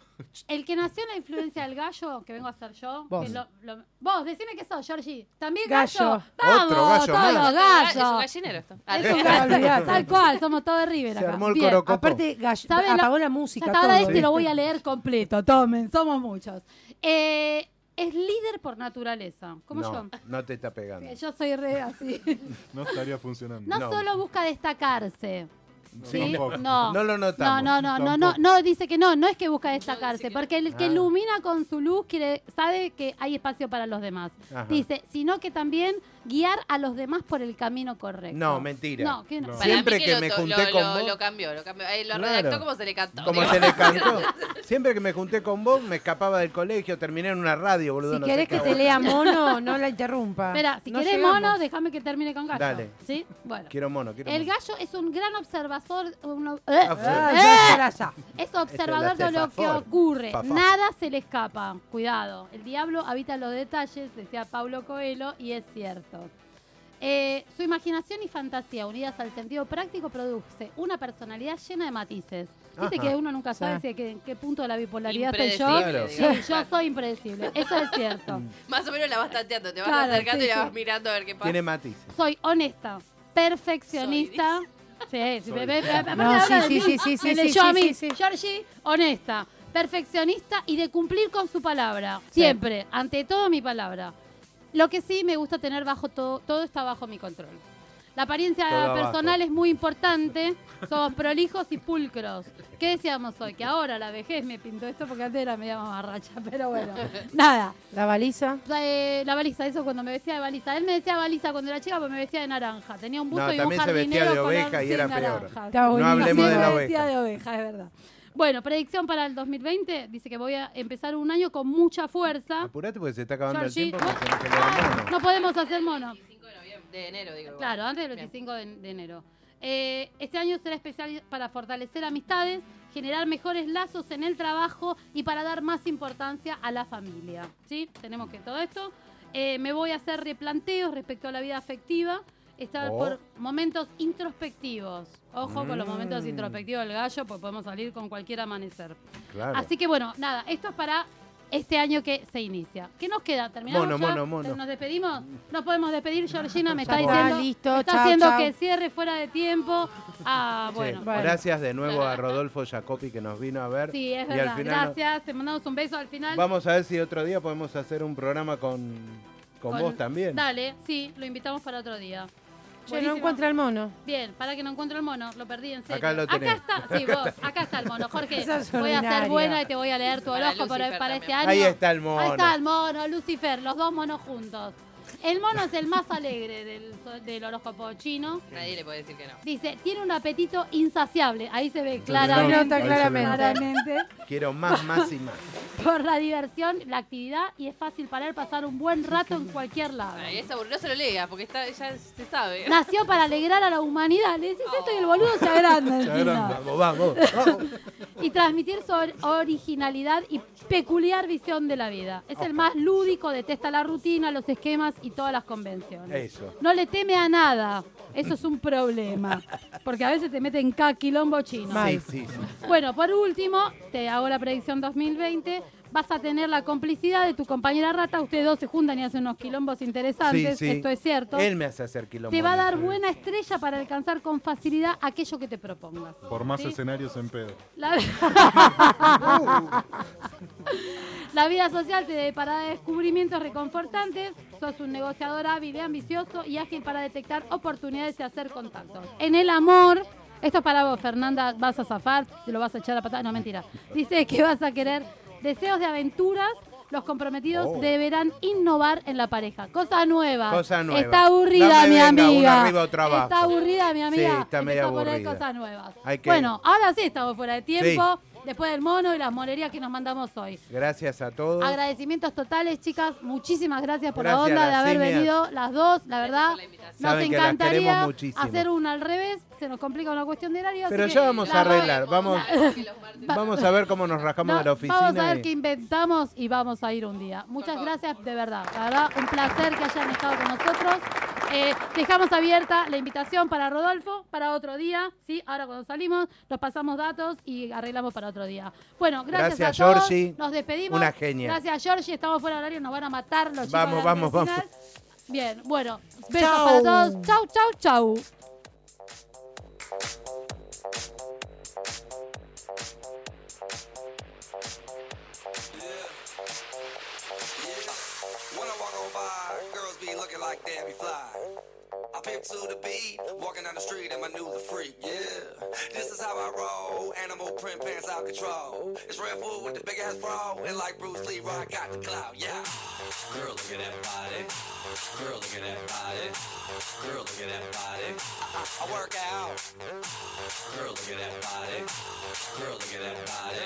Speaker 3: El que nació en la influencia del gallo, que vengo a ser yo.
Speaker 6: Vos.
Speaker 3: que lo- lo- vos, decime qué sos, Georgie. También gallo.
Speaker 6: Gallo.
Speaker 3: ¡Vamos,
Speaker 1: Otro gallo
Speaker 3: todos
Speaker 1: más.
Speaker 3: los gallos!
Speaker 4: Es un gallinero esto.
Speaker 3: Es un gallo,
Speaker 6: Olvidate.
Speaker 3: Tal cual, somos todos de River
Speaker 6: Se
Speaker 3: acá.
Speaker 6: armó el
Speaker 3: Bien.
Speaker 6: corocopo. Aparte, gallo-
Speaker 3: ¿Saben
Speaker 6: apagó la música,
Speaker 3: Ya está, ahora
Speaker 6: todo, ¿eh?
Speaker 3: este
Speaker 6: ¿viste?
Speaker 3: lo voy a leer completo. Tomen, somos muchos. Eh, es líder por naturaleza, como
Speaker 1: no,
Speaker 3: yo.
Speaker 1: no te está pegando.
Speaker 3: Eh, Yo soy re así.
Speaker 10: No estaría funcionando.
Speaker 3: No, solo busca destacarse.
Speaker 10: Sí,
Speaker 3: ¿sí?
Speaker 10: tampoco.
Speaker 3: No.
Speaker 10: No lo notamos.
Speaker 3: No, no, no, no, no,
Speaker 10: Tampoco.
Speaker 3: no, dice que no, no es que busca destacarse, porque el que
Speaker 10: Ah.
Speaker 3: ilumina con su luz quiere, sabe que hay espacio para los demás.
Speaker 1: Ajá.
Speaker 3: Dice, sino que también guiar a los demás por el camino correcto.
Speaker 1: No, mentira.
Speaker 3: No, que no.
Speaker 1: Para
Speaker 4: Siempre
Speaker 1: Siempre que, me junté
Speaker 4: lo,
Speaker 1: con
Speaker 4: lo-
Speaker 1: vos.
Speaker 4: lo cambió, lo cambió. Eh, lo
Speaker 1: Claro.
Speaker 4: redactó como se le cantó.
Speaker 1: Como
Speaker 4: digo.
Speaker 1: se le cantó. Siempre que me junté con vos, me escapaba del colegio, terminé en una radio, boludo.
Speaker 6: Si
Speaker 1: no sé
Speaker 6: querés
Speaker 1: qué
Speaker 6: que te
Speaker 1: hago.
Speaker 6: lea mono, no la interrumpa.
Speaker 3: Espera, si
Speaker 6: No
Speaker 3: querés
Speaker 6: llegamos.
Speaker 3: mono, déjame que termine con gallo.
Speaker 1: Dale.
Speaker 3: ¿Sí? Bueno.
Speaker 1: Quiero mono, quiero
Speaker 3: El
Speaker 1: mono.
Speaker 3: gallo es un gran observador. uno- eh,
Speaker 1: Ah, fue. Ah,
Speaker 6: ya, ya, ya.
Speaker 3: Es
Speaker 6: Este
Speaker 3: observador
Speaker 6: la
Speaker 3: de lo que
Speaker 6: tefafor.
Speaker 3: ocurre.
Speaker 6: Fafá.
Speaker 3: Nada se le escapa. Cuidado. El diablo habita los detalles, decía Pablo Coelho, y es cierto. Eh, su imaginación y fantasía unidas al sentido práctico produce una personalidad llena de matices. Viste
Speaker 6: Ajá.
Speaker 3: que uno nunca sabe
Speaker 6: Sí.
Speaker 3: si- que- en qué punto de la bipolaridad estoy yo.
Speaker 4: Impredecible,
Speaker 3: Sí,
Speaker 4: digamos.
Speaker 3: yo soy impredecible. Eso es cierto.
Speaker 4: Más o menos la vas tanteando, te vas
Speaker 3: Claro,
Speaker 4: acercando
Speaker 3: sí,
Speaker 4: y la vas
Speaker 3: sí.
Speaker 4: mirando a ver qué
Speaker 3: pues.
Speaker 4: pasa.
Speaker 1: Tiene matices.
Speaker 3: Soy honesta, perfeccionista. Sí, sí,
Speaker 1: Soy.
Speaker 3: ve- ve- ve-
Speaker 6: No,
Speaker 3: aparte
Speaker 6: sí,
Speaker 3: habla de
Speaker 6: sí,
Speaker 3: mí,
Speaker 6: sí, sí,
Speaker 3: me
Speaker 6: sí,
Speaker 3: leyó
Speaker 6: sí,
Speaker 3: a
Speaker 6: sí,
Speaker 3: mí. Georgie, honesta, perfeccionista y de cumplir con su palabra. Siempre, ante todo mi palabra. Lo que sí me gusta tener bajo todo, todo está bajo mi control. La apariencia
Speaker 6: Todo abajo.
Speaker 3: personal es muy importante. Somos prolijos y pulcros. ¿Qué decíamos hoy? Que ahora la vejez me pintó esto porque antes era media mamarracha, pero bueno. Nada.
Speaker 6: ¿La baliza?
Speaker 3: Eh, la baliza, eso cuando me vestía de baliza. Él me decía baliza cuando era chica porque me vestía de naranja. Tenía un buzo
Speaker 1: No,
Speaker 3: y un
Speaker 1: también se vestía
Speaker 3: jardinero
Speaker 1: de
Speaker 3: color-
Speaker 1: oveja y
Speaker 3: sí,
Speaker 1: era peor.
Speaker 3: naranja.
Speaker 1: No hablemos de la
Speaker 3: Me vestía
Speaker 1: oveja.
Speaker 3: de oveja, es verdad. Bueno, predicción para el 2020. Dice que voy a empezar un año con mucha fuerza.
Speaker 1: Apurate porque se está acabando el
Speaker 3: Georgie,
Speaker 1: tiempo. porque tenés que leer Ah, pues, mono.
Speaker 3: No podemos hacer mono.
Speaker 4: De enero, digo. igual.
Speaker 3: Claro, antes del
Speaker 4: Bien.
Speaker 3: 25 de, de enero. Eh, este año será especial para fortalecer amistades, generar mejores lazos en el trabajo y para dar más importancia a la familia. ¿Sí? Tenemos que todo esto. Eh, me voy a hacer replanteos respecto a la vida afectiva, estar
Speaker 6: Oh.
Speaker 3: por momentos introspectivos. Ojo con los momentos
Speaker 6: Mm.
Speaker 3: introspectivos del gallo, pues podemos salir con cualquier amanecer.
Speaker 1: Claro.
Speaker 3: Así que bueno, nada, esto es para este año que se inicia. ¿Qué nos queda? ¿Terminamos
Speaker 1: Mono,
Speaker 3: ya?
Speaker 1: mono, mono.
Speaker 3: ¿Nos despedimos? Nos podemos despedir, Georgina me está
Speaker 1: Ya está,
Speaker 3: diciendo,
Speaker 6: listo,
Speaker 3: me está
Speaker 6: chau,
Speaker 3: haciendo
Speaker 6: chau.
Speaker 3: que cierre fuera de tiempo. Ah,
Speaker 1: Sí,
Speaker 3: bueno.
Speaker 1: Gracias de nuevo a Rodolfo Jacopi que nos vino a ver.
Speaker 3: Sí, es
Speaker 1: y
Speaker 3: verdad.
Speaker 1: al final no-
Speaker 3: Gracias, te mandamos un beso al final.
Speaker 1: Vamos a ver si otro día podemos hacer un programa con, con, vos también.
Speaker 3: Dale, sí, lo invitamos para otro día.
Speaker 6: Yo no
Speaker 3: Buenísimo.
Speaker 6: encuentro el mono.
Speaker 3: Bien, para que no encuentro el mono, lo perdí en serio.
Speaker 1: Acá lo tenés.
Speaker 3: está, sí, vos, acá está el mono. Jorge,
Speaker 6: Esa es
Speaker 3: voy a ser
Speaker 6: ordinaria.
Speaker 3: buena y te voy a leer tu horóscopo para, para este año.
Speaker 1: Ahí está el
Speaker 3: Ahí
Speaker 1: mono.
Speaker 3: está el mono, Lucifer, los dos monos juntos. El mono es el más alegre del, del horóscopo chino.
Speaker 4: Nadie le puede decir que no.
Speaker 3: Dice, tiene un apetito insaciable. Ahí se ve
Speaker 1: Se
Speaker 3: claramente.
Speaker 1: nota Ahí se claramente. nota.
Speaker 3: Claramente.
Speaker 1: Quiero más, más y más.
Speaker 3: Por la diversión, la actividad y es fácil para él pasar un buen rato en cualquier lado.
Speaker 4: Ahí está, no se lo lea, porque está, ya se sabe.
Speaker 3: Nació para alegrar a la humanidad. Le decís esto y el boludo se agranda.
Speaker 1: Ya,
Speaker 3: encima.
Speaker 1: Vamos, vamos.
Speaker 3: y transmitir su or- originalidad y peculiar visión de la vida. Es el más lúdico, detesta la rutina, los esquemas y todas las convenciones.
Speaker 1: Eso.
Speaker 3: No le teme a nada. Eso es un problema. Porque a veces te meten ca quilombo chino.
Speaker 1: Sí, sí, sí.
Speaker 3: Bueno, por último, te hago la predicción 2020. Vas a tener la complicidad de tu compañera rata. Ustedes dos se juntan y hacen unos quilombos interesantes.
Speaker 1: Sí, sí.
Speaker 3: Esto es cierto.
Speaker 1: Él me hace hacer quilombo.
Speaker 3: Te va a dar buena estrella para alcanzar con facilidad aquello que te propongas.
Speaker 10: Por más
Speaker 3: ¿Sí?
Speaker 10: escenarios en pedo.
Speaker 3: La... La vida social te depara descubrimientos reconfortantes. Sos un negociador hábil, y ambicioso y ágil para detectar oportunidades y hacer contactos. En el amor, esto es para vos, Fernanda, vas a zafar, te lo vas a echar a patada. No, mentira. Dice que vas a querer deseos de aventuras. Los comprometidos
Speaker 1: Oh.
Speaker 3: deberán innovar en la pareja. Cosa nueva.
Speaker 1: Cosa nueva.
Speaker 3: Está aburrida,
Speaker 1: No me
Speaker 3: mi
Speaker 1: venga,
Speaker 3: amiga.
Speaker 1: uno arriba, otro abajo.
Speaker 3: Está aburrida, mi amiga.
Speaker 1: Sí, está medio
Speaker 3: Empezó a poner
Speaker 1: aburrida.
Speaker 3: cosas nuevas.
Speaker 1: Hay que-
Speaker 3: Bueno, ahora sí estamos fuera de tiempo. Después del mono y las monerías que nos mandamos hoy.
Speaker 1: Gracias a todos.
Speaker 3: Agradecimientos totales, chicas. Muchísimas gracias por la
Speaker 1: Gracias a
Speaker 3: onda de
Speaker 1: las
Speaker 3: haber
Speaker 1: simias.
Speaker 3: venido las dos. La verdad, nos
Speaker 1: Saben que las queremos
Speaker 3: encantaría
Speaker 1: muchísimo.
Speaker 3: hacer una al revés. Se nos complica una cuestión de horario.
Speaker 1: Pero
Speaker 3: así
Speaker 1: ya
Speaker 3: que
Speaker 1: vamos a
Speaker 3: la-
Speaker 1: arreglar. Vamos, vamos a ver cómo nos rajamos
Speaker 3: no,
Speaker 1: de la oficina.
Speaker 3: Vamos a ver
Speaker 1: y-
Speaker 3: qué inventamos y vamos a ir un día. Muchas gracias, de verdad. La verdad, un placer que hayan estado con nosotros. Eh, dejamos abierta la invitación para Rodolfo para otro día. ¿sí? Ahora cuando salimos nos pasamos datos y arreglamos para otro día. Bueno, gracias,
Speaker 1: Gracias,
Speaker 3: a todos.
Speaker 1: Georgie.
Speaker 3: Nos despedimos.
Speaker 1: Una genia.
Speaker 3: Gracias, Georgie. Estamos fuera de horario, nos van a matar los chicos.
Speaker 1: Vamos,
Speaker 3: de la
Speaker 1: vamos,
Speaker 3: vecinal.
Speaker 1: vamos.
Speaker 3: Bien, bueno, besos
Speaker 6: Chau.
Speaker 3: para todos. Chau, chau, chau.
Speaker 13: When I walk on by, girls be looking like Debbie Fly. I
Speaker 17: I pimp to the beat, walking down the street and my new the freak, yeah. This is how I roll, animal print pants out control. It's Red Bull with the big ass bra, and like Bruce Lee, I got the clout, yeah. Girl, look at that body. Girl, look at that body. Girl, look at that body. I, I- I work out. Girl, look at that body. Girl, look at that body.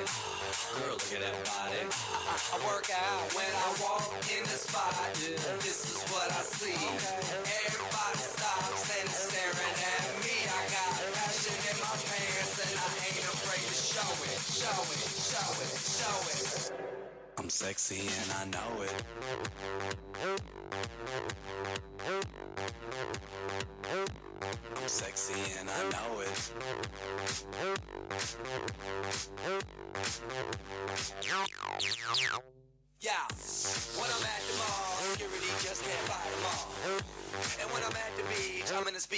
Speaker 17: Girl, look at that body. I, I- I work out when I walk in the spot. Yeah, this is what I see. Everybody stops and is staring at me. I got passion in my pants and I ain't afraid to show it, show it, show it, show it. I'm sexy and I know it. I'm sexy and I know it. Yeah, when I'm at the mall, security just can't fight them all. And when I'm at the beach, I'm in a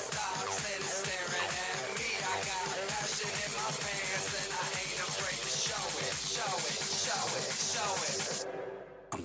Speaker 17: stops and is staring at me. I got passion in my pants and I ain't afraid to show it, show it, show it, show it. I'm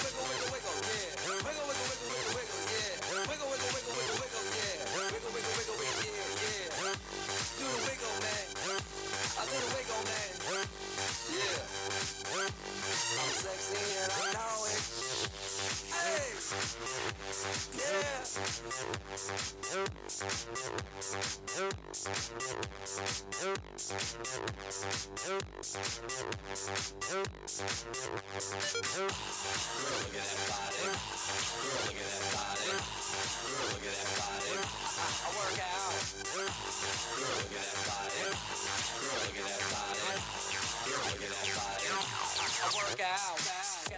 Speaker 17: wiggle, wiggle, yeah. Wiggle, wiggle, wiggle, wiggle, wiggle, yeah. Wiggle, wiggle, wiggle, wiggle, wiggle, yeah. Wiggle, wiggle, wiggle, wiggle, yeah, yeah. Do the wiggle, man. I do the wiggle, man. Yeah. I'm sexy and I know it. Hey. Girl, look at that body. Girl, look at that body. Girl, look at that body. I, I work out. Girl, look at that body. Girl, look at that body. Girl, look at that body.